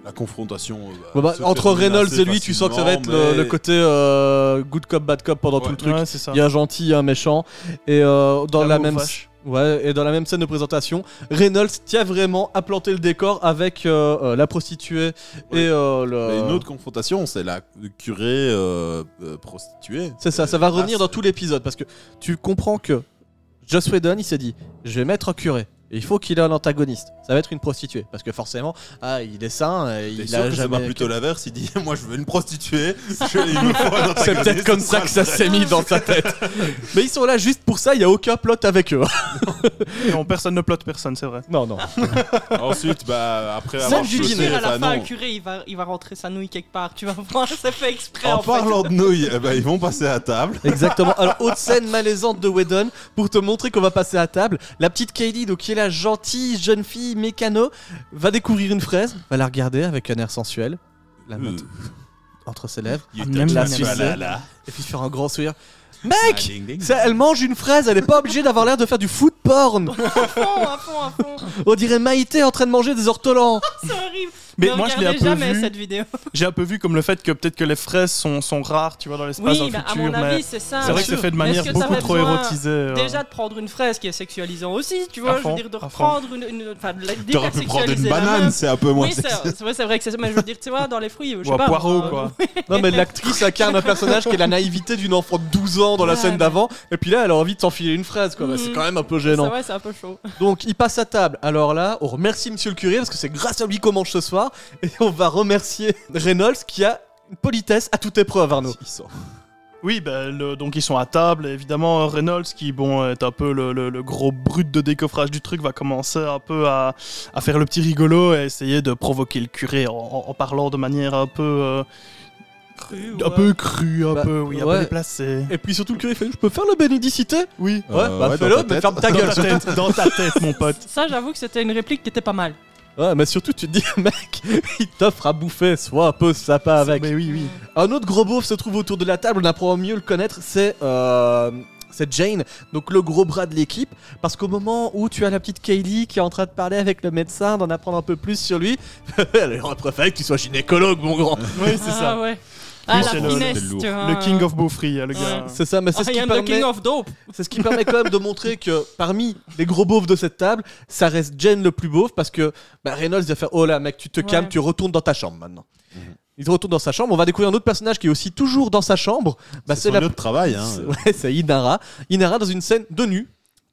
E: la confrontation. euh, bah,
B: Bon, bah,
E: se
B: entre
E: termine
B: Reynolds
E: assez
B: et lui, tu sens que ça va être
E: facilement,
B: le, le
E: mais-
B: côté euh, good cop, bad cop pendant tout
E: Ouais.
B: le truc.
D: Ouais, c'est ça.
B: Il y a un gentil, il y a un méchant. Et euh, dans
D: Un
B: la
D: mot
B: même.
D: vache.
B: Ouais, et dans la même scène de présentation, Reynolds tient vraiment à planter le décor avec euh, euh, la prostituée
E: Ouais.
B: et euh,
E: mais
B: le.
E: une autre confrontation, c'est la le curé euh, euh, prostituée. Ah,
B: C'est ça,
E: Et
B: ça va
E: là,
B: revenir dans
E: c'est-
B: tout l'épisode parce que tu comprends que Joss Whedon, il s'est dit je vais mettre un curé. Et il faut qu'il ait un antagoniste. Ça va être une prostituée parce que forcément, ah, il est sain, et
E: T'es
B: il
E: sûr
B: a
E: que c'est pas
B: jamais.
E: plutôt l'inverse, il dit moi je veux une prostituée, je- il me faut un
B: C'est peut-être
E: antagoniste,
B: comme
E: ce
B: ça
E: sera
B: que ça
E: le vrai.
B: s'est mis dans sa tête. Mais ils sont là juste pour ça, il y a aucun plot avec eux.
D: Non, personne ne plotte personne, c'est vrai.
B: Non, non.
E: Ensuite, bah, après
B: Saint
E: avoir
C: Je suis
B: Julien,
E: chaussé,
C: sûr, à la
E: enfin,
C: fin,
E: non.
C: le curé, il va, il va rentrer sa nouille quelque part. Tu vas voir, c'est fait exprès.
E: En
C: En, fait.
E: parlant de nouilles, eh ben, ils vont passer à table.
B: Exactement. Alors, haute scène malaisante de Whedon pour te montrer qu'on va passer à table. La petite Kaylee, donc, qui est la gentille jeune fille mécano, va découvrir une fraise, va la regarder avec un air sensuel, la
E: Hmm.
B: monte entre ses lèvres,
E: You
D: Ah,
E: touch
D: miam,
E: me,
B: miam,
E: Euh, la
B: miam.
E: la.
B: et puis faire un grand sourire.
E: Ah,
B: Mec
E: ding, ding.
B: ça, elle mange une fraise, elle est pas obligée d'avoir l'air de faire du food porn.
C: À fond, à fond, à fond.
B: On dirait Maïté en train de manger des ortolans.
C: C'est horrible.
D: Mais
C: ne
D: moi, je l'ai un
C: regardez
D: peu
C: jamais
D: vu.
C: cette vidéo.
D: J'ai un peu vu comme le fait que peut-être que les fraises sont, sont rares, tu vois, dans l'espace
C: Oui,
D: dans le
C: mais à
D: futur,
C: mon avis,
D: mais
C: c'est ça.
D: c'est vrai que c'est
C: Sûr.
D: fait de
C: Mais est-ce
D: manière
C: que
D: beaucoup
C: t'avais
D: trop
C: besoin
D: érotisée. euh.
C: Déjà de prendre une fraise qui est sexualisant aussi, tu vois,
D: À
C: je veux
D: fond,
C: dire de
D: à fond.
C: reprendre une, une- enfin de la-
E: T'aurais pu prendre une
C: d'hypersexualiser la
E: banane,
C: meuf.
E: c'est un peu moins
C: Oui, c'est
E: sexy.
C: c'est vrai, c'est vrai que c'est ça, mais je veux dire, tu vois, dans les fruits, je
D: ou
C: sais
D: à
C: pas.
D: poireau,
C: euh,
D: quoi.
B: Non, mais l'actrice incarne un personnage qui a la naïveté d'une enfant de 12 ans dans la
C: Ouais,
B: scène
C: mais-
B: d'avant, et puis là, elle a envie de s'enfiler une fraise, quoi. Bah, c'est
C: Mhm.
B: quand même un peu
C: C'est
B: gênant.
C: vrai, c'est un peu chaud.
B: Donc il passe à table. Alors là, on remercie Monsieur le curé parce que c'est grâce à lui qu'on mange ce soir. Et on va remercier Reynolds qui a une politesse à toute épreuve, Arnaud.
E: Ils sont-
D: Oui, bah, le- donc ils sont à table. et Évidemment, Reynolds, qui bon, est un peu le, le- le gros brut de décoffrage du truc, va commencer un peu à, à faire le petit rigolo et essayer de provoquer le curé en, en- en parlant de manière un peu. euh,
C: Cru,
D: Un
C: ouais.
D: peu crue, un
B: Bah,
D: peu, oui, un
B: ouais.
D: peu déplacée.
B: Et puis surtout, le curé fait Je peux faire le bénédicité
D: Oui.
B: Ouais, bah
E: Euh, ouais, dans
B: fais-le,
E: ta
B: mais
E: tête.
B: ferme ta gueule.
D: Dans ta tête, dans ta tête, mon pote.
C: Ça, j'avoue que c'était une réplique qui était pas mal.
B: Ouais, mais surtout, tu te dis, mec, il t'offre à bouffer, sois un peu sympa avec.
D: Mais oui, oui.
B: Un autre gros beauf se trouve autour de la table, on apprend à mieux le connaître, c'est. euh, C'est Jane, donc le gros bras de l'équipe, parce qu'au moment où tu as la petite Kaylee qui est en train de parler avec le médecin, d'en apprendre un peu plus sur lui, elle aurait préféré que tu sois gynécologue, mon grand.
D: Oui, c'est
C: ah,
D: ça.
C: ouais. Ah,
D: Lui,
C: la
D: c'est le-
C: finesse,
E: c'est lourd.
C: tu vois.
D: Le King of Beaufry, hein, le
C: Ah. Ouais.
D: gars.
B: C'est ça, mais c'est ce
C: I
B: qui
C: am the
B: permet.
C: king of dope.
B: C'est ce qui permet quand même de montrer que parmi les gros beaufs de cette table, ça reste Jane le plus beauf parce que bah, Reynolds va faire Oh là, mec, tu te
C: Ouais.
B: calmes, tu retournes dans ta chambre maintenant.
E: Mhm.
B: Il retourne dans sa chambre. On va découvrir un autre personnage qui est aussi toujours dans sa chambre. Bah,
E: C'est
B: c'est
E: son
B: la.
E: lieu de travail. hein.
B: c'est- Ouais, c'est Inara. Inara dans une scène de nu.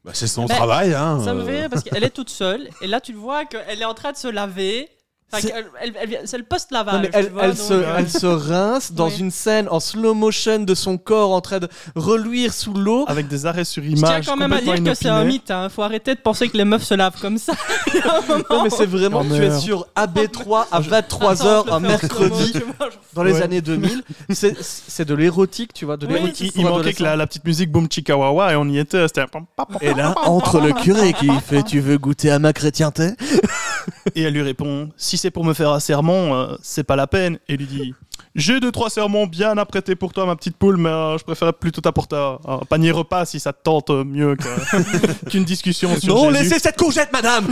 E: Bah, c'est son
C: Bah,
E: travail.
B: Ah.
E: hein,
C: Ça me
E: euh.
C: fait rire parce qu'elle est toute seule et là tu le vois qu'elle est en train de se laver. Enfin,
B: C'est-
C: qu'elle- elle- elle vient- c'est Ah, le
B: Non,
C: post-lavage.
B: mais elle,
C: tu vois,
B: elle
C: donc,
B: se,
C: euh,
B: elle se rince dans
C: Oui.
B: une scène en slow motion de son corps en train de reluire sous
C: Ah,
B: l'eau.
D: Avec des arrêts sur
C: Je tiens
D: image.
C: quand même à dire
D: complètement
C: que c'est un
D: inopinés.
C: mythe. Hein. Faut arrêter de penser que les meufs se lavent comme ça. Il y a un moment-
B: Non, mais c'est vraiment, tu
D: Oh,
B: es
D: merde.
B: sur AB3 à
C: Attends, je
B: 23h
C: le
B: un
C: fais en slow-mo,
B: mercredi.
C: tu vois, genre-
B: dans les
D: Ouais.
B: années 2000. C'est- C'est de l'érotique, tu vois, de
C: Oui,
B: l'érotique.
D: Il,
B: pour
D: il manquait que
B: adolescents.
D: la, la petite musique Boom Chikawawa et on y était. C'était un pam, pam, pam.
B: Et là, entre le curé qui fait Tu veux goûter à ma chrétienté
D: Et elle lui répond Si c'est pour me faire un sermon, euh, c'est pas la peine. Et lui dit J'ai deux, trois sermons bien apprêtés pour toi, ma petite poule, mais euh, je préférerais plutôt t'apporter un, un panier repas si ça te tente euh, mieux que- qu'une discussion sur
B: Non,
D: Jésus.
B: laissez cette courgette, madame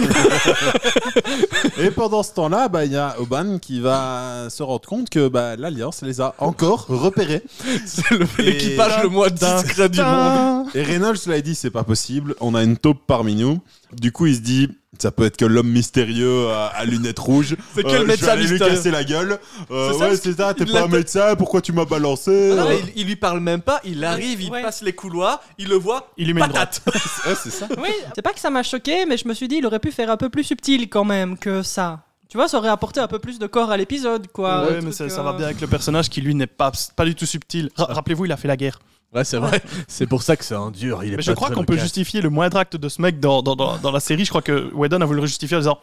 E: Et pendant ce temps-là, bah, il y a Oban qui va se rendre compte que bah, l'Alliance les a encore repérés.
B: C'est le-
E: Et-
B: l'équipage le moins discret du monde.
D: Tadam
E: Et Reynolds l'a dit, c'est pas possible, on a une taupe parmi nous. Du coup, il se dit, ça peut être que l'homme mystérieux à, à lunettes rouges.
B: C'est
E: Euh,
B: quel
E: je
B: médecin
E: vais aller lui
B: mystérieux
E: casser la gueule. Euh,
B: C'est ça,
E: ouais,
B: parce
E: c'est ça, t'es
B: il
E: pas un
B: l'atta-
E: médecin, pourquoi tu m'as balancé
B: Ah non,
E: Euh,
B: mais il, il lui parle même pas, il arrive, il
C: Ouais.
B: passe les couloirs, il le voit,
D: Il lui met une
B: patate
E: ouais, c'est ça.
C: Oui, c'est pas que ça m'a choqué, mais je me suis dit il aurait pu faire un peu plus subtil quand même que ça. Tu vois, ça aurait apporté un peu plus de corps à l'épisode, quoi. Un
D: Ouais, mais
C: truc,
D: ça, ça
C: euh,
D: va bien avec le personnage qui, lui, n'est pas, pas du tout subtil. Ra- Rappelez-vous, il a fait la guerre.
B: Ouais, c'est vrai, c'est pour ça que c'est un dur. Il est
D: Mais je crois qu'on peut justifier le moindre acte de ce mec dans, dans, dans, dans la série. Je crois que Whedon a voulu le justifier en disant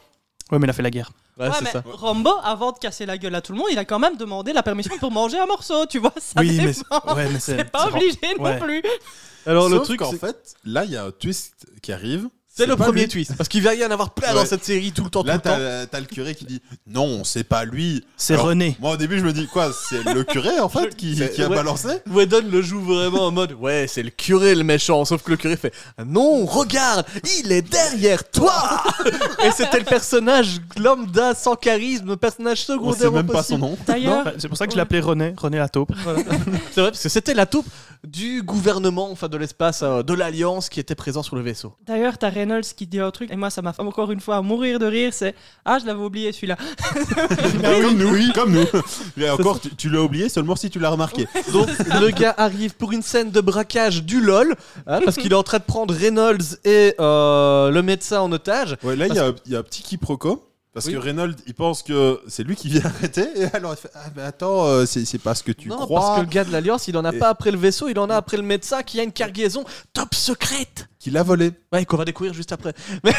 D: Ouais, mais il a fait la guerre.
B: Ouais,
C: ouais,
B: c'est
C: mais
B: ça.
C: Rambo, avant de casser la gueule à tout le monde, il a quand même demandé la permission pour manger un morceau, tu vois. Ça
D: oui, mais,
C: dépend.
D: ouais, mais
C: C'est pas obligé non
D: Ouais.
C: plus.
B: Alors,
E: Sauf
B: le truc,
E: qu'en
B: c'est-
E: fait, là, il y a un twist qui arrive.
B: c'est le
E: pas
B: premier
E: lui.
B: twist. Parce qu'il va y en avoir plein dans
E: Ouais.
B: cette série tout le temps,
E: Là,
B: tout le temps.
E: t'as t'as le curé qui dit, non, c'est pas lui.
D: C'est
E: Alors,
D: René.
E: Moi, au début, je me dis, quoi, c'est le curé, en fait, qui,
B: C'est-
E: qui a
B: ouais.
E: balancé
B: Whedon le joue vraiment en mode ouais c'est le curé le méchant sauf que le curé fait non regarde il est derrière toi et c'était le personnage lambda sans charisme personnage
E: On
B: secondaire
E: sait même pas son
B: impossible.
E: nom.
C: D'ailleurs,
D: Bah, C'est pour ça que je l'appelais René, René la taupe.
B: c'est vrai parce que c'était la taupe du gouvernement enfin de l'espace euh, de l'alliance qui était présent sur le vaisseau
C: D'ailleurs, t'as Reynolds qui dit un truc, et moi, ça m'a fait encore une fois à mourir de rire, c'est « Ah, je l'avais oublié, celui-là
B: Bah
E: Comme nous, comme nous. Mais encore, tu, tu l'as oublié seulement si tu l'as remarqué.
B: donc le gars arrive pour une scène de braquage du lol hein, parce qu'il est en train de prendre Reynolds et euh, le médecin en otage
E: Ouais, là, il y, a- il y a un petit quiproquo. Parce
B: Oui.
E: que Reynolds, il pense que c'est lui qui vient arrêter. Et alors, il fait Ah, mais attends, euh, c'est c'est pas ce que tu
B: non
E: crois.
B: parce que le gars de l'alliance il en a
E: Et-
B: pas après le vaisseau il en a après le médecin qui a une cargaison top secrète
E: Qu'il a volé.
B: Ouais, qu'on va découvrir juste après. Mais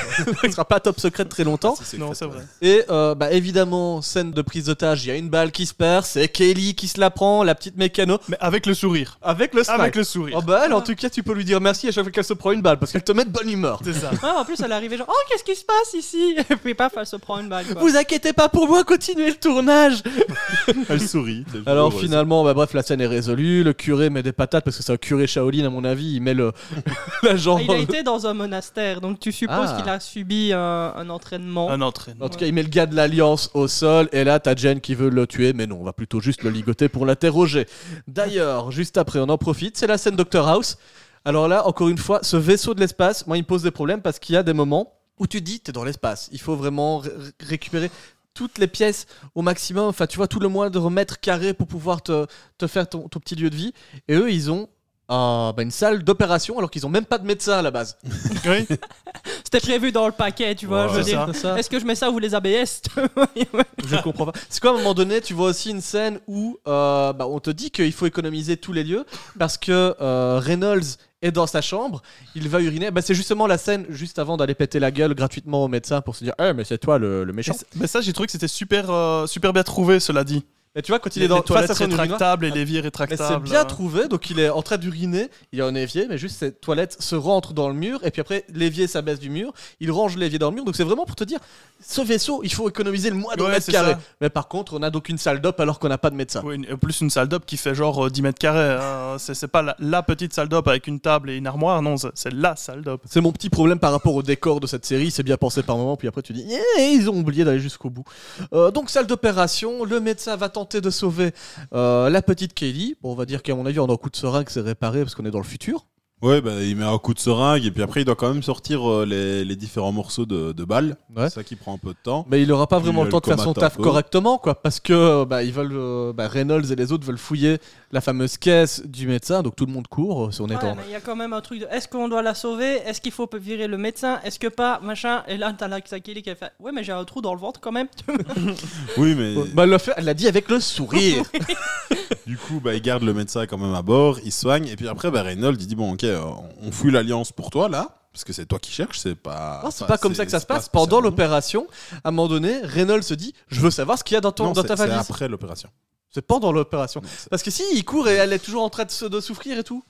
B: il sera pas top secret très longtemps.
D: Non, c'est vrai.
B: Et euh, bah, évidemment, scène de prise d'otage, il y a une balle qui se perd, c'est Kelly qui se la prend, la petite mécano,
D: Mais avec le sourire.
B: avec le smile.
D: Avec le sourire.
B: Oh bah elle, en tout cas, tu peux lui dire merci à chaque fois qu'elle se prend une balle, parce qu'elle te met de bonne humeur.
D: C'est ça. !»
C: Ouais, Ah, En plus, elle est arrivée genre « Oh, qu'est-ce qui se passe ici ?» Et puis paf, elle se prend une balle, quoi.
B: Vous inquiétez pas pour moi, continuez le tournage
E: Elle sourit. t'es
B: Alors
E: heureuse.
B: finalement, bah bref, la scène est résolue, le curé met des patates, parce que c'est un curé Shaolin à mon avis, il met le... la jambe...
C: Ah, Il a été dans un monastère, donc tu supposes
B: Ah.
C: qu'il a subi un, un entraînement.
D: Un entraînement.
B: En tout cas, il met le gars de l'Alliance au sol, et là, t'as Jen qui veut le tuer, mais non, on va plutôt juste le ligoter pour l'interroger. D'ailleurs, juste après, on en profite, c'est la scène Doctor House. Alors là, encore une fois, ce vaisseau de l'espace, moi, il me pose des problèmes parce qu'il y a des moments où tu te dis, t'es dans l'espace, il faut vraiment ré- ré- récupérer toutes les pièces au maximum, enfin, tu vois, tout le moins de remettre carré pour pouvoir te, te faire ton, ton petit lieu de vie. Et eux, ils ont. euh, bah, une salle d'opération alors qu'ils ont même pas de médecin à la base.
D: Oui.
C: C'était prévu dans le paquet, tu vois.
E: Ouais,
C: je veux
D: c'est
C: dire.
D: ça.
C: Est-ce que je mets ça ou les ABS tu vois
B: Je comprends pas. C'est quoi, à un moment donné, tu vois aussi une scène où euh, bah, on te dit qu'il faut économiser tous les lieux parce que euh, Reynolds est dans sa chambre, il va uriner. Bah, c'est justement la scène juste avant d'aller péter la gueule gratuitement au médecin pour se dire Eh, mais c'est toi le, le méchant.
D: Mais, mais ça, j'ai trouvé que c'était super, euh, super bien trouvé, cela dit.
B: Et tu vois, quand il
D: les,
B: est dans
D: les toilettes
B: face à son urinoir,
D: rétractables et
B: Ah,
D: l'évier
B: mais
D: rétractable.
B: c'est bien
D: euh.
B: trouvé, donc il est en train d'uriner, il est en évier, mais juste ses toilettes se rentrent dans le mur, et puis après l'évier s'abaisse du mur, il range l'évier dans le mur, donc c'est vraiment pour te dire, ce vaisseau, il faut économiser le moins de
D: Ouais,
B: mètres
D: c'est
B: carrés.
D: ça.
B: Mais par contre, on a donc une salle d'op alors qu'on n'a pas de médecin.
D: Oui, une- plus une salle d'op qui fait genre euh, 10 mètres carrés. hein. C'est c'est pas la, la petite salle d'op avec une table et une armoire, non, c'est- c'est la salle d'op.
B: C'est mon petit problème par rapport au décor de cette série. C'est bien pensé par moment, puis après tu dis, Eh, ils ont oublié d'aller jusqu'au bout. Euh, donc, salle d'opération, le médecin va tenter de sauver euh, la petite Kelly. Bon, on va dire qu'à mon avis, en un coup de seringue, c'est réparé parce qu'on est dans le futur.
E: Ouais, bah, il met un coup de seringue et puis après, il doit quand même sortir euh, les, les différents morceaux de, de balles.
B: Ouais.
E: C'est ça qui prend un peu de temps.
B: Mais il n'aura pas vraiment
E: Il
B: le temps de faire son
E: comate un
B: taf
E: peu.
B: correctement, quoi, parce que euh, bah, ils veulent, euh, bah, Reynolds et les autres veulent fouiller la fameuse caisse du médecin, donc tout le monde court. euh, On est
C: Ouais,
B: dans-
C: mais Il y a quand même un truc de est-ce qu'on doit la sauver Est-ce qu'il faut virer le médecin Est-ce que pas Machin. Et là, t'as la Kelly qui a fait Ouais, mais j'ai un trou dans le ventre quand même.
E: Oui, mais
B: Bah, elle l'a fait- elle l'a dit avec le sourire.
E: du coup, bah, il garde le médecin quand même à bord, il soigne. Et puis après, bah, Reynolds, il dit Bon, ok, euh, on fuit l'alliance pour toi là, parce que c'est toi qui cherches, c'est pas.
B: Non, Hein, c'est pas comme ça que ça se
E: c'est pas
B: passe. Pendant
E: spécialement-
B: l'opération, à un moment donné, Reynolds se dit Je veux savoir ce qu'il y a dans, ton,
E: Non,
B: dans
E: c'est-
B: ta
E: c'est
B: valise.
E: après l'opération.
B: C'est pendant l'opération.
E: Non, c'est-
B: Parce que si, il court et elle est toujours en train de, se- de souffrir et tout.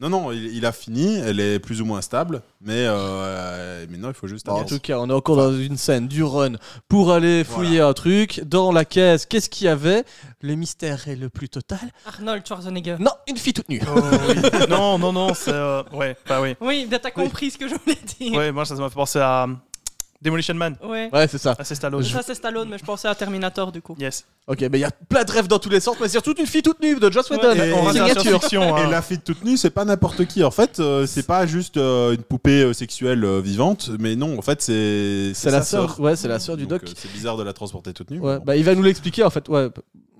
E: Non, non, il, il a fini, elle est plus ou moins stable, mais euh, maintenant il faut juste
B: Bah, en
E: avancer.
B: tout cas, on est encore dans une scène du run pour aller fouiller un truc. Dans la caisse, qu'est-ce qu'il y avait Le mystère est le plus total.
C: Arnold Schwarzenegger.
B: Non, une fille toute nue.
D: Oh, oui. non, non, non, c'est. euh, Ouais, bah oui.
C: Oui, ben, t'as compris ce que je voulais dire.
D: Ouais, moi ça ça m'a fait penser à euh, Demolition Man.
C: Ouais.
B: Ouais, c'est ça.
D: Ah, c'est Stallone.
C: Ça, c'est Stallone, mais je pensais à Terminator du coup.
D: Yes.
B: Ok, mais il y a plein de rêves dans tous les sens, mais surtout une fille toute nue de Joss Whedon.
E: et-
D: on reste dans la
B: signature.
D: science-fiction. hein.
E: Et la fille toute nue, c'est pas n'importe qui. En fait, euh, c'est pas juste euh, une poupée euh, sexuelle euh, vivante, mais non, en fait, c'est.
B: C'est la
E: sa
B: sœur. Ouais, c'est la sœur du
E: Donc,
B: doc.
E: euh, c'est bizarre de la transporter toute nue.
B: Ouais,
E: mais bon.
B: bah il va nous l'expliquer en fait. Ouais.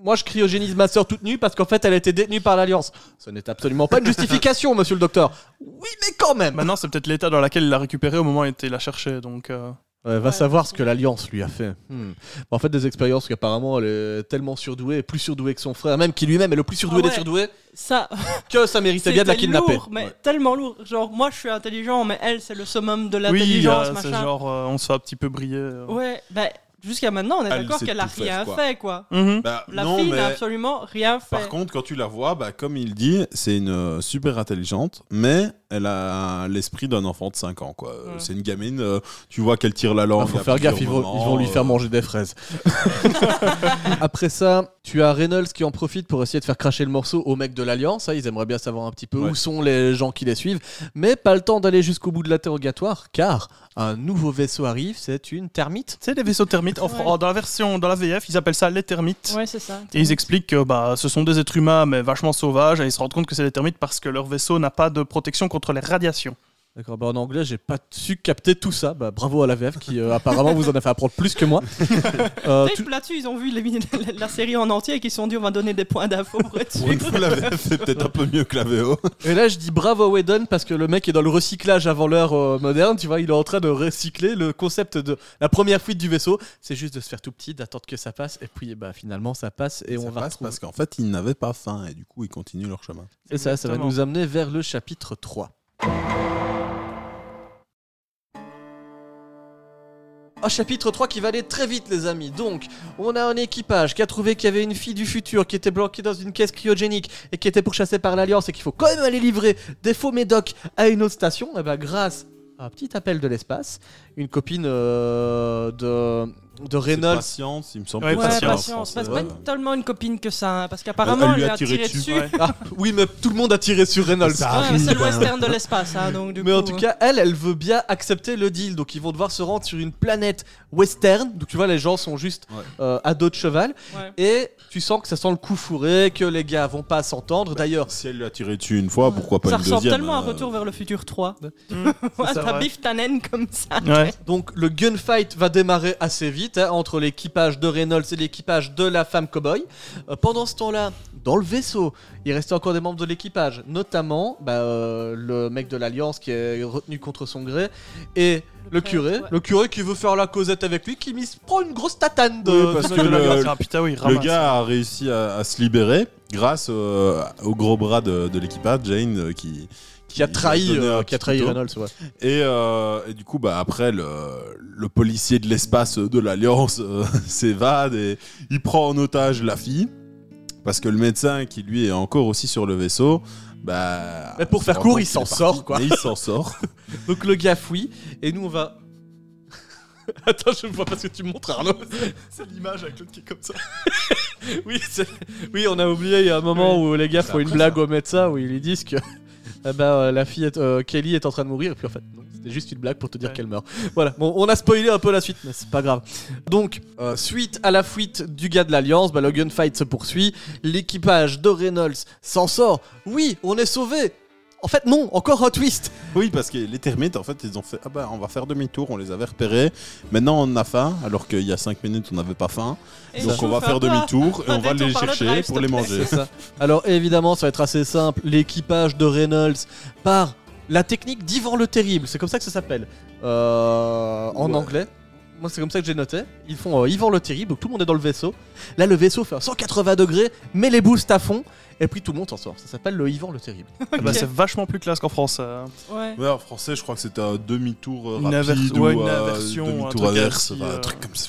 B: Moi je cryogénise ma sœur toute nue parce qu'en fait elle a été détenue par l'Alliance. Ce n'est absolument pas une justification, monsieur le docteur. Oui, mais quand même.
D: Maintenant, c'est peut-être l'état dans lequel il l'a récupérée au moment où il était la chercher. Donc, euh,
B: Ouais, va
C: Ouais.
B: savoir ce que l'Alliance lui a fait. Hmm. En fait, des expériences qu'apparemment elle est tellement surdouée, plus surdouée que son frère, même qui lui-même est le plus surdoué
C: Ah ouais.
B: des surdoués,
C: Ça,
B: que ça méritait
C: c'est
B: bien de la kidnapper.
C: lourd, mais
E: Ouais.
C: tellement lourd. Genre, moi, je suis intelligent, mais elle, c'est le summum de
D: oui,
C: l'intelligence,
D: euh, c'est
C: machin.
D: genre, euh, on se fait un petit peu briller. euh.
C: Ouais, ben, jusqu'à maintenant, on est
E: Elle
C: d'accord
E: sait
C: qu'elle a
E: tout
C: rien
E: faire, quoi.
C: fait, quoi.
D: Mhm.
E: Bah,
C: La
E: non,
C: fille
E: mais
C: n'a absolument rien fait.
E: par contre, quand tu la vois, bah, comme il dit, c'est une euh, super intelligente, mais elle a l'esprit d'un enfant de 5 ans. quoi. Euh,
C: Ouais.
E: C'est une gamine, euh, tu vois qu'elle tire la
B: Il
E: langue.
B: Ah, faut
E: à
B: faire
E: plusieurs
B: gaffe, ils vont,
E: moments,
B: ils vont lui
E: euh,
B: faire manger des fraises. Après ça, tu as Reynolds qui en profite pour essayer de faire cracher le morceau au mec de l'Alliance. hein, Ils aimeraient bien savoir un petit peu
E: Ouais.
B: où sont les gens qui les suivent. Mais pas le temps d'aller jusqu'au bout de l'interrogatoire, car un nouveau vaisseau arrive, c'est une termite.
D: Tu sais, les vaisseaux termites, en
C: Ouais.
D: Fran- dans la version, dans la VF, ils appellent ça les termites.
C: Ouais, c'est ça.
D: Et ils expliquent que bah, ce sont des êtres humains, mais vachement sauvages, et ils se rendent compte que c'est des termites parce que leur vaisseau n'a pas de protection contre les radiations.
B: D'accord, bah en anglais, j'ai pas su capter tout ça. Bah, bravo à la VF qui euh, apparemment vous en a fait apprendre plus que moi. Euh,
C: Tu sais,
B: tu-
C: Là-dessus, ils ont vu les- la série en entier et qu'ils se sont dit on va donner des points d'info pour être
E: Pour euh, une
C: sûr.
E: fois, la VF, c'est peut-être un peu mieux que la VO.
B: Et là, je dis bravo à Whedon parce que le mec est dans le recyclage avant l'heure euh, moderne. Tu vois, il est en train de recycler le concept de la première fuite du vaisseau. C'est juste de se faire tout petit, d'attendre que ça passe. Et puis, eh ben, finalement, ça passe et
E: Ça
B: on va
E: passe
B: retrouver.
E: parce qu'en fait, ils n'avaient pas faim et du coup, ils continuent leur chemin.
B: Et ça, ça va
D: Exactement.
B: nous amener vers le chapitre 3. Un chapitre 3 qui va aller très vite les amis. Donc, on a un équipage qui a trouvé qu'il y avait une fille du futur qui était bloquée dans une caisse cryogénique et qui était pourchassée par l'Alliance et qu'il faut quand même aller livrer des faux médocs à une autre station. Et bah grâce à un petit appel de l'espace, une copine euh, de, de
E: C'est
B: Reynolds...
E: Patience, il me semble.
D: Ouais,
E: que
C: Ouais,
E: c'est ça en
C: patience.
E: français.
C: C'est pas
E: Ouais.
C: tellement une copine que ça, hein, parce qu'apparemment, elle lui a tiré, dessus.
D: Ouais.
B: Ah oui, mais tout le monde a tiré sur Reynolds.
E: Ça
C: Ouais, mais
E: arrive,
C: c'est le
E: hein.
C: western de l'espace, hein, donc du
B: mais
C: coup,
B: en tout
C: euh,
B: cas, elle, elle veut bien accepter le deal. Donc ils vont devoir se rendre sur une planète western. Donc tu vois, les gens sont juste
E: Ouais.
B: euh, à dos de cheval.
C: ouais.
B: Et tu sens que ça sent le coup fourré, que les gars vont pas s'entendre. D'ailleurs,
E: Si elle lui a tiré dessus une fois, pourquoi pas
C: ça
E: une
C: ressemble
E: deuxième
C: tellement à
E: euh,
C: Retour vers le futur 3.
B: Mm.
D: Mmh, c'est
C: Ouais,
D: ça,
C: T'as
D: ouais.
C: Biff Tannen comme ça.
D: Ouais.
B: donc le gunfight va démarrer assez vite. vite hein, entre l'équipage de Reynolds et l'équipage de la femme cowboy. Euh, pendant ce temps-là, dans le vaisseau, il restait encore des membres de l'équipage, notamment bah, euh, le mec de l'Alliance qui est retenu contre son gré et le
C: prêtre,
B: curé,
C: ouais.
B: le curé qui veut faire la causette avec lui, qui mis- prend une grosse tatane de.
E: Oui, parce
B: de-
E: que
D: de la
E: le-
D: glace. Ah, putain, oui,
E: Le
D: ramasse.
E: gars a réussi à, à se libérer grâce euh, au gros bras de, de l'équipage, Jane, euh, qui,
B: qui a trahi,
E: donnait
B: euh,
E: un
B: qui a
E: petit
B: trahi
E: couteau.
B: Reynolds, ouais.
E: Et, euh, et du coup, bah, après, le, le policier de l'espace de l'Alliance euh, s'évade et il prend en otage la fille. Parce que le médecin, qui lui est encore aussi sur le vaisseau, bah.
B: Mais pour
E: se
B: faire
E: rend
B: court,
E: compte
B: il
E: qu'il
B: s'en
E: est parti,
B: sort, quoi.
E: Mais il s'en sort.
B: Donc le gars fouille et nous on va. Attends, je vois pas ce que tu me montres, Arnaud.
D: C'est l'image avec l'autre qui est comme ça.
B: Oui, c'est- oui, on a oublié, il y a un moment où les gars font une blague au médecin où ils lui disent que ah bah, euh, la fille, est- euh, Kelly est en train de mourir. Et puis en fait, non, c'était juste une blague pour te dire
D: Ouais.
B: qu'elle meurt. Voilà, bon, on a spoilé un peu la suite, mais c'est pas grave. Donc, euh, suite à la fuite du gars de l'Alliance, bah, le gunfight se poursuit. L'équipage de Reynolds s'en sort. Oui, on est sauvé. En fait, non, encore un twist.
E: Oui, parce que les termites, en fait, ils ont fait Ah bah, on va faire demi-tour, on les avait repérés. Maintenant, on a faim, alors qu'il y a 5 minutes, on n'avait pas faim.
C: Et
E: Donc,
C: je
E: on va
C: fais
E: faire
C: un peu un-
E: demi-tour et
C: un
E: on va les
C: détour par le
E: chercher
C: drive,
E: pour
C: s'il
E: les
C: te plaît.
E: manger.
B: C'est ça. Alors évidemment, ça va être assez simple. L'équipage de Reynolds par la technique d'Ivan le Terrible. C'est comme ça que ça s'appelle. Euh, en
E: Ouais.
B: anglais. Moi, c'est comme ça que j'ai noté. Ils font euh, Ivan le Terrible, donc tout le monde est dans le vaisseau. Là, le vaisseau fait un 180 degrés, met les boosts à fond, et puis tout le monde s'en sort. Ça s'appelle le Ivan le Terrible.
D: Ah bah, c'est vachement plus classe qu'en France. euh.
C: ah, Ouais.
E: Ouais, en français, je crois que c'était un demi-tour euh,
D: Une
E: rapide
D: averse-
E: ou
D: ouais, une
E: euh,
D: aversion, un
E: demi-tour
D: truc
E: inverse,
D: ainsi,
E: enfin,
D: euh.
E: un truc comme ça.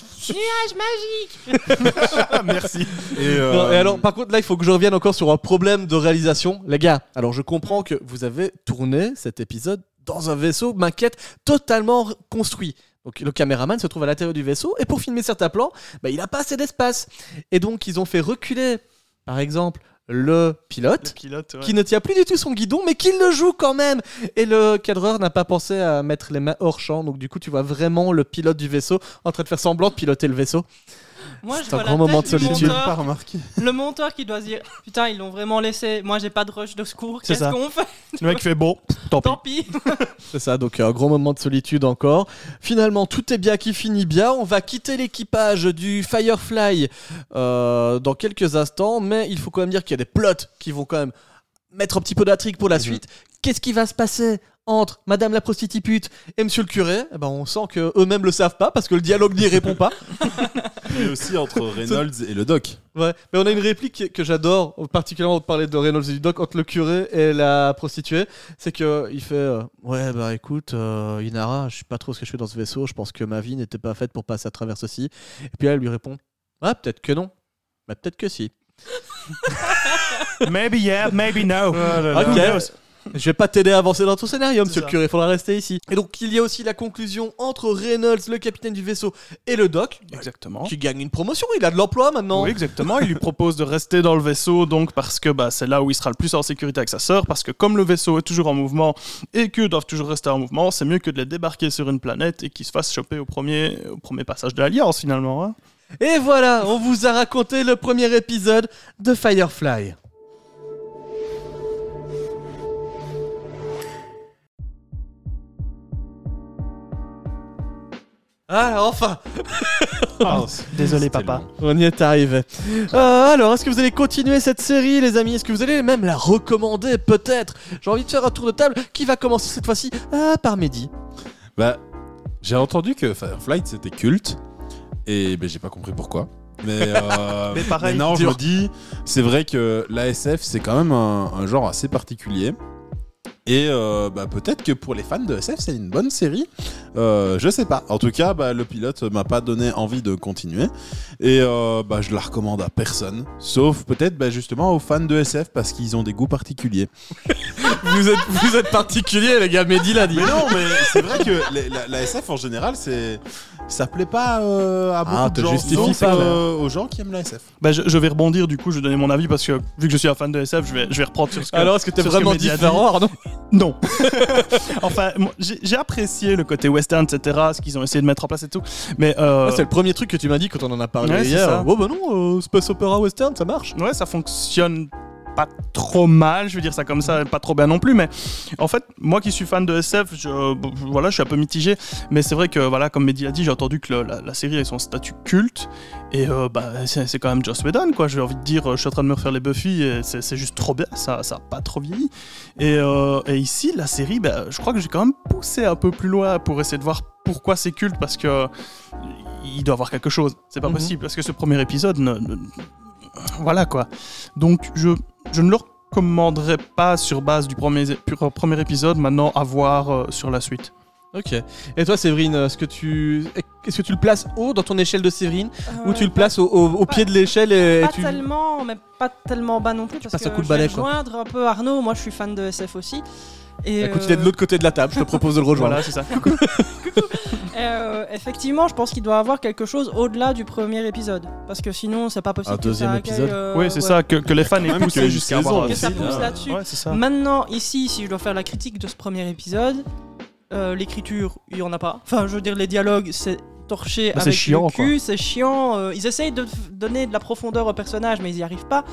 D: Ah, merci.
E: Et, euh,
B: Non, et alors, par contre, là, il faut que je revienne encore sur un problème de réalisation. Les gars, alors je comprends que vous avez tourné cet épisode dans un vaisseau maquette totalement construit. Donc le caméraman se trouve à l'intérieur du vaisseau et pour filmer certains plans, bah, il n'a pas assez d'espace. Et donc, ils ont fait reculer, par exemple, le
D: Le
B: pilote.
D: pilote, ouais.
B: Qui ne tient plus du tout son guidon, mais qui le joue quand même. Et le cadreur n'a pas pensé à mettre les mains hors champ. Donc, du coup, tu vois vraiment le pilote du vaisseau en train de faire semblant de piloter le vaisseau.
C: Moi,
B: C'est
C: je
B: un
C: vois
B: grand
C: la
B: moment
C: tête
B: de
C: du
B: solitude.
C: monteur-
E: remarqué.
C: Le monteur qui doit se dire Putain, ils l'ont vraiment laissé. Moi, j'ai pas de rush de secours.
D: C'est
C: Qu'est-ce
D: ça.
C: qu'on fait
D: Le mec fait bon, tant pis.
C: Tant pis.
B: C'est ça, donc un grand moment de solitude encore. Finalement, tout est bien qui finit bien. On va quitter l'équipage du Firefly euh, dans quelques instants, mais il faut quand même dire qu'il y a des plots qui vont quand même mettre un petit peu d'intrigue pour la suite. Qu'est-ce qui va se passer entre Madame la prostituée et Monsieur le curé Eh ben, On sent que eux-mêmes le savent pas parce que le dialogue n'y répond pas.
E: Et aussi entre Reynolds et le doc.
B: Ouais, mais on a une réplique qui- que j'adore, particulièrement de parler de Reynolds et du Doc entre le curé et la prostituée. C'est que il fait euh, Ouais, bah écoute, euh, Inara, je sais pas trop ce que je fais dans ce vaisseau, je pense que ma vie n'était pas faite pour passer à travers ceci. Et puis elle lui répond Ouais, peut-être que non. Bah peut-être que si.
D: Maybe yeah, maybe
B: Oh
D: no.
B: Ok. Je vais pas t'aider à avancer dans ton scénario, monsieur
D: C'est
B: le
D: ça.
B: curé, faudra rester ici. Et donc il y a aussi la conclusion entre Reynolds, le capitaine du vaisseau, et le Doc,
D: Exactement.
B: qui gagne une promotion, il a de l'emploi maintenant.
D: Oui, exactement. Il lui propose de rester dans le vaisseau, donc parce que bah, c'est là où il sera le plus en sécurité avec sa sœur, parce que comme le vaisseau est toujours en mouvement et qu'eux doivent toujours rester en mouvement, c'est mieux que de les débarquer sur une planète et qu'ils se fassent choper au premier, au premier passage de l'Alliance finalement. hein.
B: Et voilà, on vous a raconté le premier épisode de Firefly. Ah, enfin,
D: Ah,
E: Ah,
D: Désolé papa.
B: on y est arrivé. Euh, alors, est-ce que vous allez continuer cette série, les amis Est-ce que vous allez même la recommander, peut-être J'ai envie de faire un tour de table. Qui va commencer cette fois-ci Ah, par Mehdi.
E: Bah, j'ai entendu que Firefly c'était culte et ben, j'ai pas compris pourquoi. Mais, euh,
D: Mais pareil,
E: non, je
D: dur.
E: me dis, c'est vrai que l'ASF c'est quand même un, un genre assez particulier. Et euh, bah, peut-être que pour les fans de SF, c'est une bonne série. Euh, je sais pas. En tout cas, bah, le pilote m'a pas donné envie de continuer. Et euh, bah, je la recommande à personne. Sauf peut-être bah, justement aux fans de SF parce qu'ils ont des goûts particuliers.
B: Vous êtes, vous êtes particulier, les gars. Mehdi l'a dit.
E: Mais non, mais c'est vrai que la, la- la SF en général, c'est ça plaît pas euh, à beaucoup
B: Ah, te
E: de gens,
B: justifie
E: donc,
B: pas,
E: euh, aux gens qui aiment la SF.
D: Bah, je, je vais rebondir du coup, je vais donner mon avis parce que vu que je suis un fan de SF, je vais, je vais reprendre sur ce que.
B: Alors, est-ce que t'es
D: sur ce
B: vraiment
D: Mehdi a dit.
B: différent, Arnaud
D: Non. enfin, moi, j'ai j'ai apprécié le côté western, etc., ce qu'ils ont essayé de mettre en place et tout. Mais euh,
B: Ouais, Ah, c'est le premier truc que tu m'as dit quand on en a parlé
D: Ouais, c'est
B: hier.
D: ça.
B: Oh bah non, euh, space opéra western, ça marche.
D: ouais, ça fonctionne pas trop mal, je veux dire ça comme ça, pas trop bien non plus, mais en fait, moi qui suis fan de SF, je, voilà, je suis un peu mitigé, mais c'est vrai que, voilà, comme Mehdi l'a dit, j'ai entendu que le- la, la série avait son statut culte, et euh, bah, c'est c'est quand même Joss Whedon, quoi, j'ai envie de dire, euh, je suis en train de me refaire les Buffy, et c'est c'est juste trop bien, ça ça a pas trop vieilli. Et, euh, et ici, la série, bah, je crois que j'ai quand même poussé un peu plus loin pour essayer de voir pourquoi c'est culte, parce que il doit avoir quelque chose. C'est pas
B: Mhm.
D: possible parce que ce premier épisode, ne- ne- voilà quoi. Donc je, je ne le recommanderais pas sur base du premier, pur- premier épisode. Maintenant, à voir euh, sur la suite.
B: Ok. Et toi, Séverine, est-ce que tu, est-ce que tu le places haut dans ton échelle de Séverine ou tu le places au, au- au pied de l'échelle et, et
C: Pas
B: tu.
C: tellement, mais pas tellement bas non plus. Parce
B: passes
C: que
B: un coup de
C: je vais
B: balai, quoi.
C: rejoindre un peu Arnaud. Moi, je suis fan de SF aussi. Et
B: Écoute, il
C: euh,
B: est de l'autre côté de la table. Je te propose de le rejoindre.
D: Voilà, c'est ça.
C: Euh, effectivement, je pense qu'il doit avoir quelque chose au-delà du premier épisode. Parce que sinon, c'est pas possible.
B: Un
C: que
B: deuxième
C: ça
B: épisode.
C: accueille, euh,
D: oui, c'est
C: ouais.
D: ça que, que les fans
E: quand
D: aient
E: même qu'il
D: poussé
E: y a une
D: jusqu'à
E: saison
D: avoir.
E: Que
C: ça pousse
D: euh,
C: là-dessus.
D: ouais, c'est ça.
C: Maintenant, ici, si je dois faire la critique de ce premier épisode, euh, l'écriture, il y en a pas. Enfin, je veux dire, les dialogues, c'est torché
D: Bah, c'est
C: avec
D: chiant,
C: le cul, c'est chiant. euh, ils essayent de f- donner de la profondeur au personnage, mais ils y arrivent pas.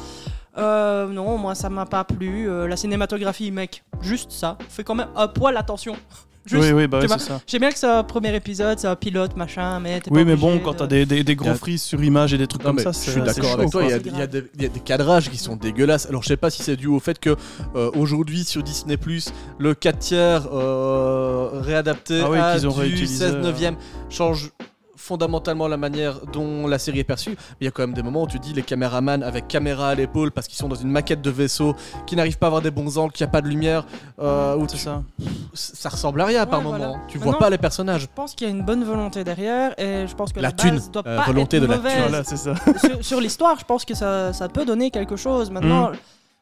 C: Euh, non, moi, ça m'a pas plu. Euh, la cinématographie, mec, juste ça. Fait quand même un poil attention. Juste
D: oui, oui, bah,
C: tu
D: oui,
C: vois,
D: c'est ça.
C: J'aime bien que c'est un premier épisode, c'est un pilote, machin, mais t'es
D: Oui,
C: pas
D: mais
C: obligé euh,
D: bon, quand
C: de-
D: t'as des, des, des gros
B: Y'a-
D: frises sur image et des trucs
B: Non,
D: comme
B: mais
D: ça,
B: je
D: c'est
B: suis
D: c'est
B: d'accord
D: chaud,
B: avec toi, il
D: quoi.
B: y, a-
C: C'est
B: il y a des- il y a des cadrages qui sont dégueulasses. Alors je sais pas si c'est dû au fait que euh, aujourd'hui sur Disney ⁇ le 4 tiers euh, réadapté
D: Ah oui,
B: à
D: qu'ils ont
B: du
D: réutilisé,
B: 16 9e change fondamentalement la manière dont la série est perçue. Mais il y a quand même des moments où tu dis les caméramans avec caméra à l'épaule parce qu'ils sont dans une maquette de vaisseau, qui n'arrivent pas à avoir des bons angles, qui a pas de lumière, euh, où
D: C'est
B: tu-
D: ça.
B: ça ressemble à rien par
C: Ouais, voilà. Bah
B: moment. Tu
C: Maintenant,
B: vois pas les personnages.
C: Je pense qu'il y a une bonne volonté derrière et je pense que
B: La
C: la,
B: thune,
C: base doit
B: euh,
C: pas
B: volonté
C: être
B: de la
C: mauvaise.
D: Voilà, c'est ça.
C: sur, sur l'histoire, je pense que ça, ça peut donner quelque chose. Maintenant,
D: Mm.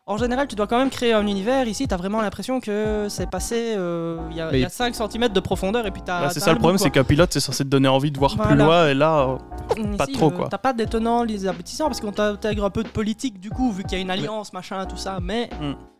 C: en général, tu dois quand même créer un univers. Ici, t'as vraiment l'impression que c'est passé. euh, Il y a-
B: Mais-
C: il y, a 5 cm de profondeur et puis t'as.
D: Bah, c'est
C: t'as
D: ça le problème,
C: bout,
D: c'est qu'un pilote, c'est censé te donner envie de voir plus
C: Voilà.
D: loin, et là, euh,
C: quoi. Ici,
D: pas trop,
C: euh,
D: quoi.
C: T'as pas des tenants, les aboutissants, parce qu'on t'intègre un peu de politique du coup, vu qu'il y a une alliance, machin, tout ça. Mais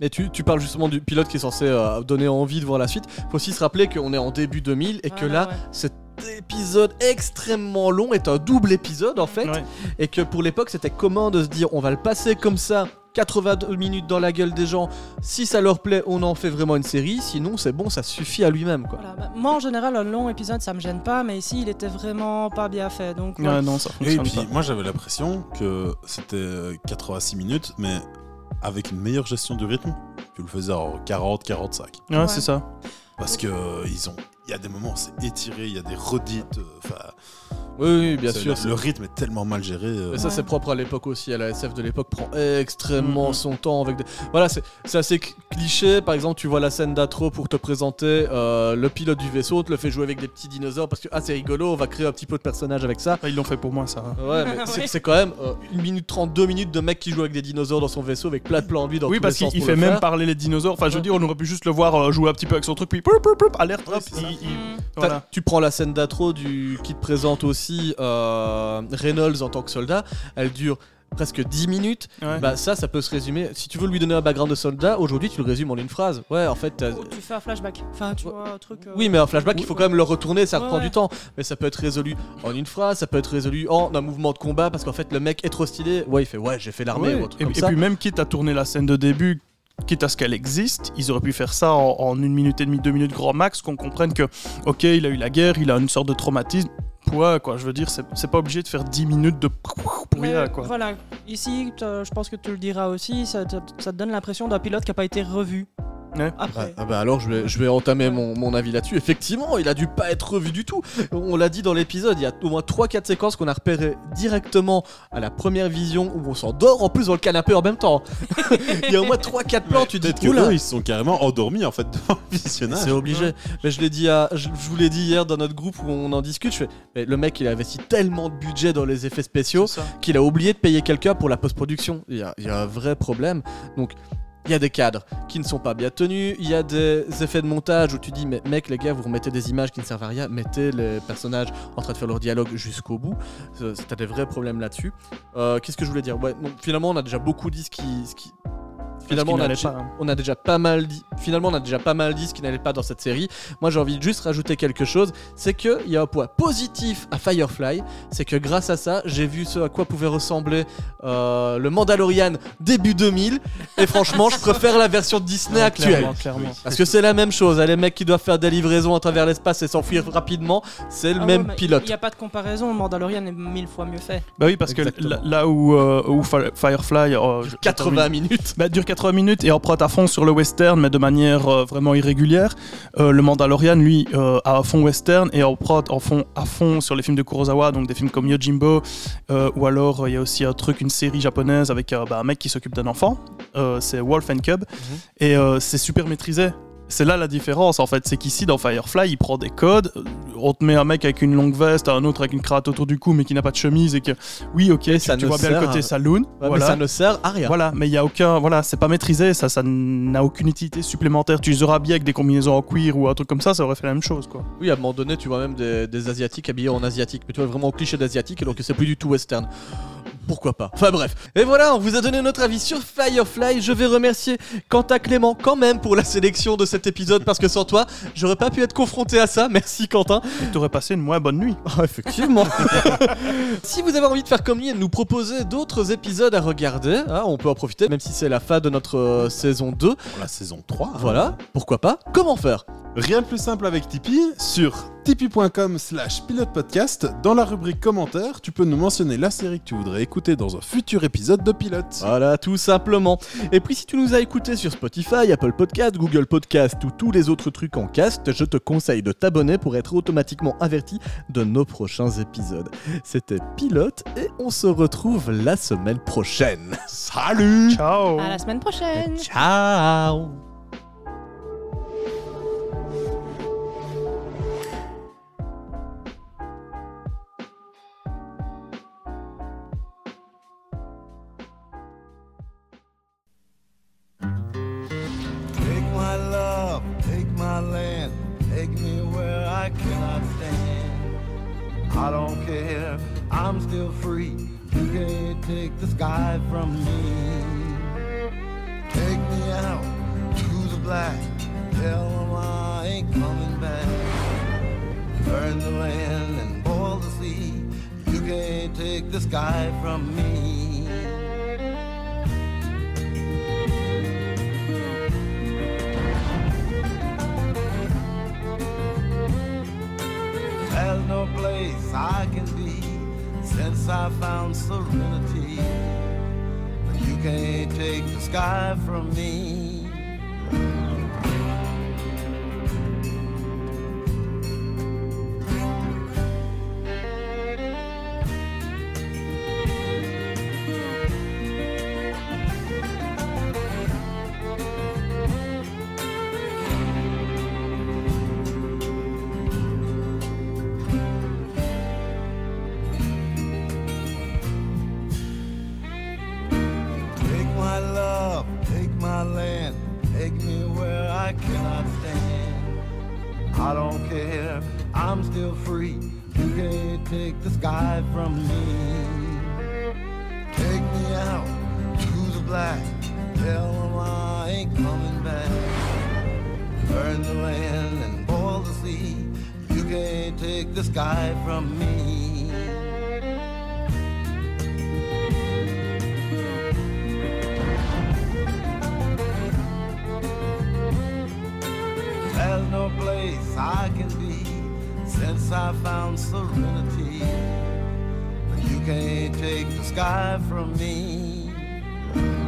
B: Mais tu, tu parles justement du pilote qui est censé euh, donner envie de voir la suite. Faut aussi se rappeler qu'on est en début 2000 et que
C: Voilà,
B: là,
C: ouais.
B: cet épisode extrêmement long est un double épisode en fait
D: ouais.
B: et que pour l'époque c'était commun de se dire on va le passer comme ça 82 minutes dans la gueule des gens si ça leur plaît on en fait vraiment une série sinon c'est bon ça suffit à lui-même quoi
C: Voilà. Bah, Moi, en général, un long épisode, ça me gêne pas, mais ici, il était vraiment pas bien fait. Donc,
D: Ouais, non, ça
E: Et
D: fonctionne
E: puis,
D: pas.
E: moi, j'avais l'impression que c'était 86 minutes, mais avec une meilleure gestion du rythme. Tu le faisais en 40-45.
D: Ouais,
C: Ouais.
D: c'est ça.
E: Parce que euh, ils ont. Il y a des moments, c'est étiré, il y a des redites. euh, Enfin,
B: oui, oui, bien
E: c'est-
B: sûr
E: Le, rythme est tellement mal géré. euh.
B: Mais ça,
C: Ouais.
B: c'est propre à l'époque aussi. À la SF de l'époque prend extrêmement
D: Mhm.
B: son temps avec. Des... Voilà, c'est c'est assez cl- cliché. Par exemple, tu vois la scène d'Atro pour te présenter euh, le pilote du vaisseau, te le fait jouer avec des petits dinosaures parce que ah c'est rigolo, on va créer un petit peu de personnage avec ça.
D: Ils l'ont fait pour moi, ça.
B: Ouais, mais c'est-
C: Ouais.
B: c'est quand même euh, une minute 32 minutes de mec qui joue avec des dinosaures dans son vaisseau avec plein de plans en vue dans
D: oui,
B: tous
D: parce
B: les sens
D: qu'il
B: pour le
D: fait même
B: faire.
D: parler les dinosaures. Enfin, je veux
B: Ouais.
D: dire, on aurait pu juste le voir euh, jouer un petit peu avec son truc, puis poup, poup, poup, alerte,
E: Ouais,
D: hop,
E: c'est ça.
D: il- il-
C: Mm.
B: T'as-
D: voilà.
B: Tu prends la scène d'Atro du... qui te présente aussi euh, Reynolds en tant que soldat. Elle dure presque 10 minutes.
D: Ouais.
B: Bah ça, ça peut se résumer. Si tu veux lui donner un background de soldat, aujourd'hui tu le résumes en une phrase. Ouais, en fait. t'as-
C: Ou tu fais un flashback. Enfin, tu vois un truc. euh,
B: Oui, mais un flashback, il faut quand même le retourner, ça
C: Ouais,
B: reprend du
C: ouais.
B: temps. Mais ça peut être résolu en une phrase, ça peut être résolu en un mouvement de combat parce qu'en fait le mec est trop stylé. Ouais, il fait ouais, j'ai fait l'armée
D: Ouais.
B: ou un truc Ah,
D: et,
B: comme
D: et
B: ça.
D: puis même quitte à tourner la scène de début, quitte à ce qu'elle existe, ils auraient pu faire ça en, en une minute et demie, deux minutes grand max, qu'on comprenne que, ok, il a eu la guerre, il a une sorte de traumatisme. Ouais, quoi, je veux dire, c'est c'est pas obligé de faire 10 minutes de pour
C: Mais
D: rien, quoi.
C: Voilà, ici, t'as- je pense que tu le diras aussi, ça te, ça te donne l'impression d'un pilote qui n'a pas été revu.
D: Ouais.
B: Ah,
C: Après.
B: ah bah alors je vais, je vais entamer mon, mon avis là-dessus. Effectivement, il a dû pas être revu du tout. On l'a dit dans l'épisode, il y a au moins 3-4 séquences qu'on a repérées directement à la première vision où on s'endort en plus dans le canapé en même temps. il y a au moins 3-4 plans, tu dis
E: Peut-être que
B: oula.
E: eux, ils se sont carrément endormis en fait devant le
B: C'est
E: visionnage.
B: obligé. Mais je l'ai dit à, je, je vous l'ai dit hier dans notre groupe où on en discute. Je fais, mais le mec il a investi tellement de budget dans les effets spéciaux
D: C'est ça.
B: qu'il a oublié de payer quelqu'un pour la post-production. Il y, a, il y a un vrai problème. Donc il y a des cadres qui ne sont pas bien tenus. Il y a des effets de montage où tu dis, mais mec les gars vous remettez des images qui ne servent à rien. Mettez les personnages en train de faire leur dialogue jusqu'au bout. Ça- ça, T'as des vrais problèmes là-dessus. Euh, Qu'est-ce que je voulais dire Ouais, donc, finalement on a déjà beaucoup dit ce qui, ce qui Finalement,
D: qu'il
B: on a,
D: n'allait
B: déjà,
D: pas, hein.
B: on a déjà pas mal dit. Finalement, on a déjà pas mal dit ce qui n'allait pas dans cette série. Moi, j'ai envie de juste rajouter quelque chose, c'est que il y a un point positif à Firefly, c'est que grâce à ça, j'ai vu ce à quoi pouvait ressembler euh, le Mandalorian début 2000. Et franchement, je préfère la version de Disney
D: Ouais,
B: actuelle.
D: Clairement, clairement.
B: Parce que c'est la même chose, hein, les mecs qui doivent faire des livraisons à travers l'espace et s'enfuir rapidement, c'est le
C: Ah ouais,
B: même
C: mais
B: pilote.
C: Il n'y a pas de comparaison, Mandalorian est mille fois mieux fait.
D: Bah oui, parce
B: Exactement.
D: que là, là où, euh, où Fi- Firefly. euh, je-
B: 80 minutes.
D: Bah, dure 80 minutes et emprunte à fond sur le western, mais de manière euh, vraiment irrégulière. Euh, le Mandalorian, lui, euh, a à fond western et emprunte en fond, à fond sur les films de Kurosawa, donc des films comme Yojimbo, euh, ou alors euh, il y a aussi un truc, une série japonaise avec euh, bah, un mec qui s'occupe d'un enfant, euh, c'est Wolf and Cub,
B: Mhm.
D: et euh, c'est super maîtrisé. C'est là la différence en fait, c'est qu'ici dans Firefly, il prend des codes, euh, on te met un mec avec une longue veste, un autre avec une cravate autour du cou mais qui n'a pas de chemise et que oui ok, tu,
B: ça
D: tu
B: ne
D: vois bien le
B: sert
D: côté
B: à-
D: saloon,
B: Ouais,
D: voilà.
B: Mais ça ne sert à rien.
D: Voilà, mais il y a aucun, voilà, c'est pas maîtrisé, ça, ça n'a aucune utilité supplémentaire. Tu les aurais habillés avec des combinaisons en cuir ou un truc comme ça, ça aurait fait la même chose, quoi.
B: Oui, à un moment donné, tu vois même des, des Asiatiques habillés en Asiatique. Mais tu vois vraiment au cliché d'Asiatique alors que c'est plus du tout western. Pourquoi pas Enfin bref. Et voilà, on vous a donné notre avis sur Firefly. Je vais remercier quant à Clément quand même pour la sélection de cet épisode parce que sans toi, j'aurais pas pu être confronté à ça. Merci Quentin.
D: Et t'aurais passé une moins bonne nuit.
B: Ah, effectivement. si vous avez envie de faire comme lui et de nous proposer d'autres épisodes à regarder, hein, on peut en profiter même si c'est la fin de notre euh, saison 2.
E: Pour la saison 3. hein.
B: Voilà, pourquoi pas Comment faire
E: Rien de plus simple avec Tipeee, sur tipeee.com slash pilotepodcast, dans la rubrique commentaires, tu peux nous mentionner la série que tu voudrais écouter dans un futur épisode de Pilote.
B: Voilà, tout simplement. Et puis si tu nous as écoutés sur Spotify, Apple Podcast, Google Podcast ou tous les autres trucs en cast, je te conseille de t'abonner pour être automatiquement averti de nos prochains épisodes. C'était Pilote et on se retrouve la semaine prochaine.
E: Salut
B: Oh.
D: Ciao.
G: À la semaine prochaine.
B: Ciao
F: Take my love, take my land, take me where I cannot stand. I don't care, I'm still free. You can't take the sky from me. Take me out to the black, tell 'em I ain't coming back. Burn the land and boil the sea. You can't take the sky from me. There's no place I can be since I found serenity. But you can't take the sky from me. Take my love, take my land, take me where I cannot stand. I don't care, I'm still free. You can't take the sky from me. Take me out to the black, tell 'em I ain't coming back. Burn the land and boil the sea. You can't take the sky from me. There's no place I can be since I found serenity. But you can't take the sky from me.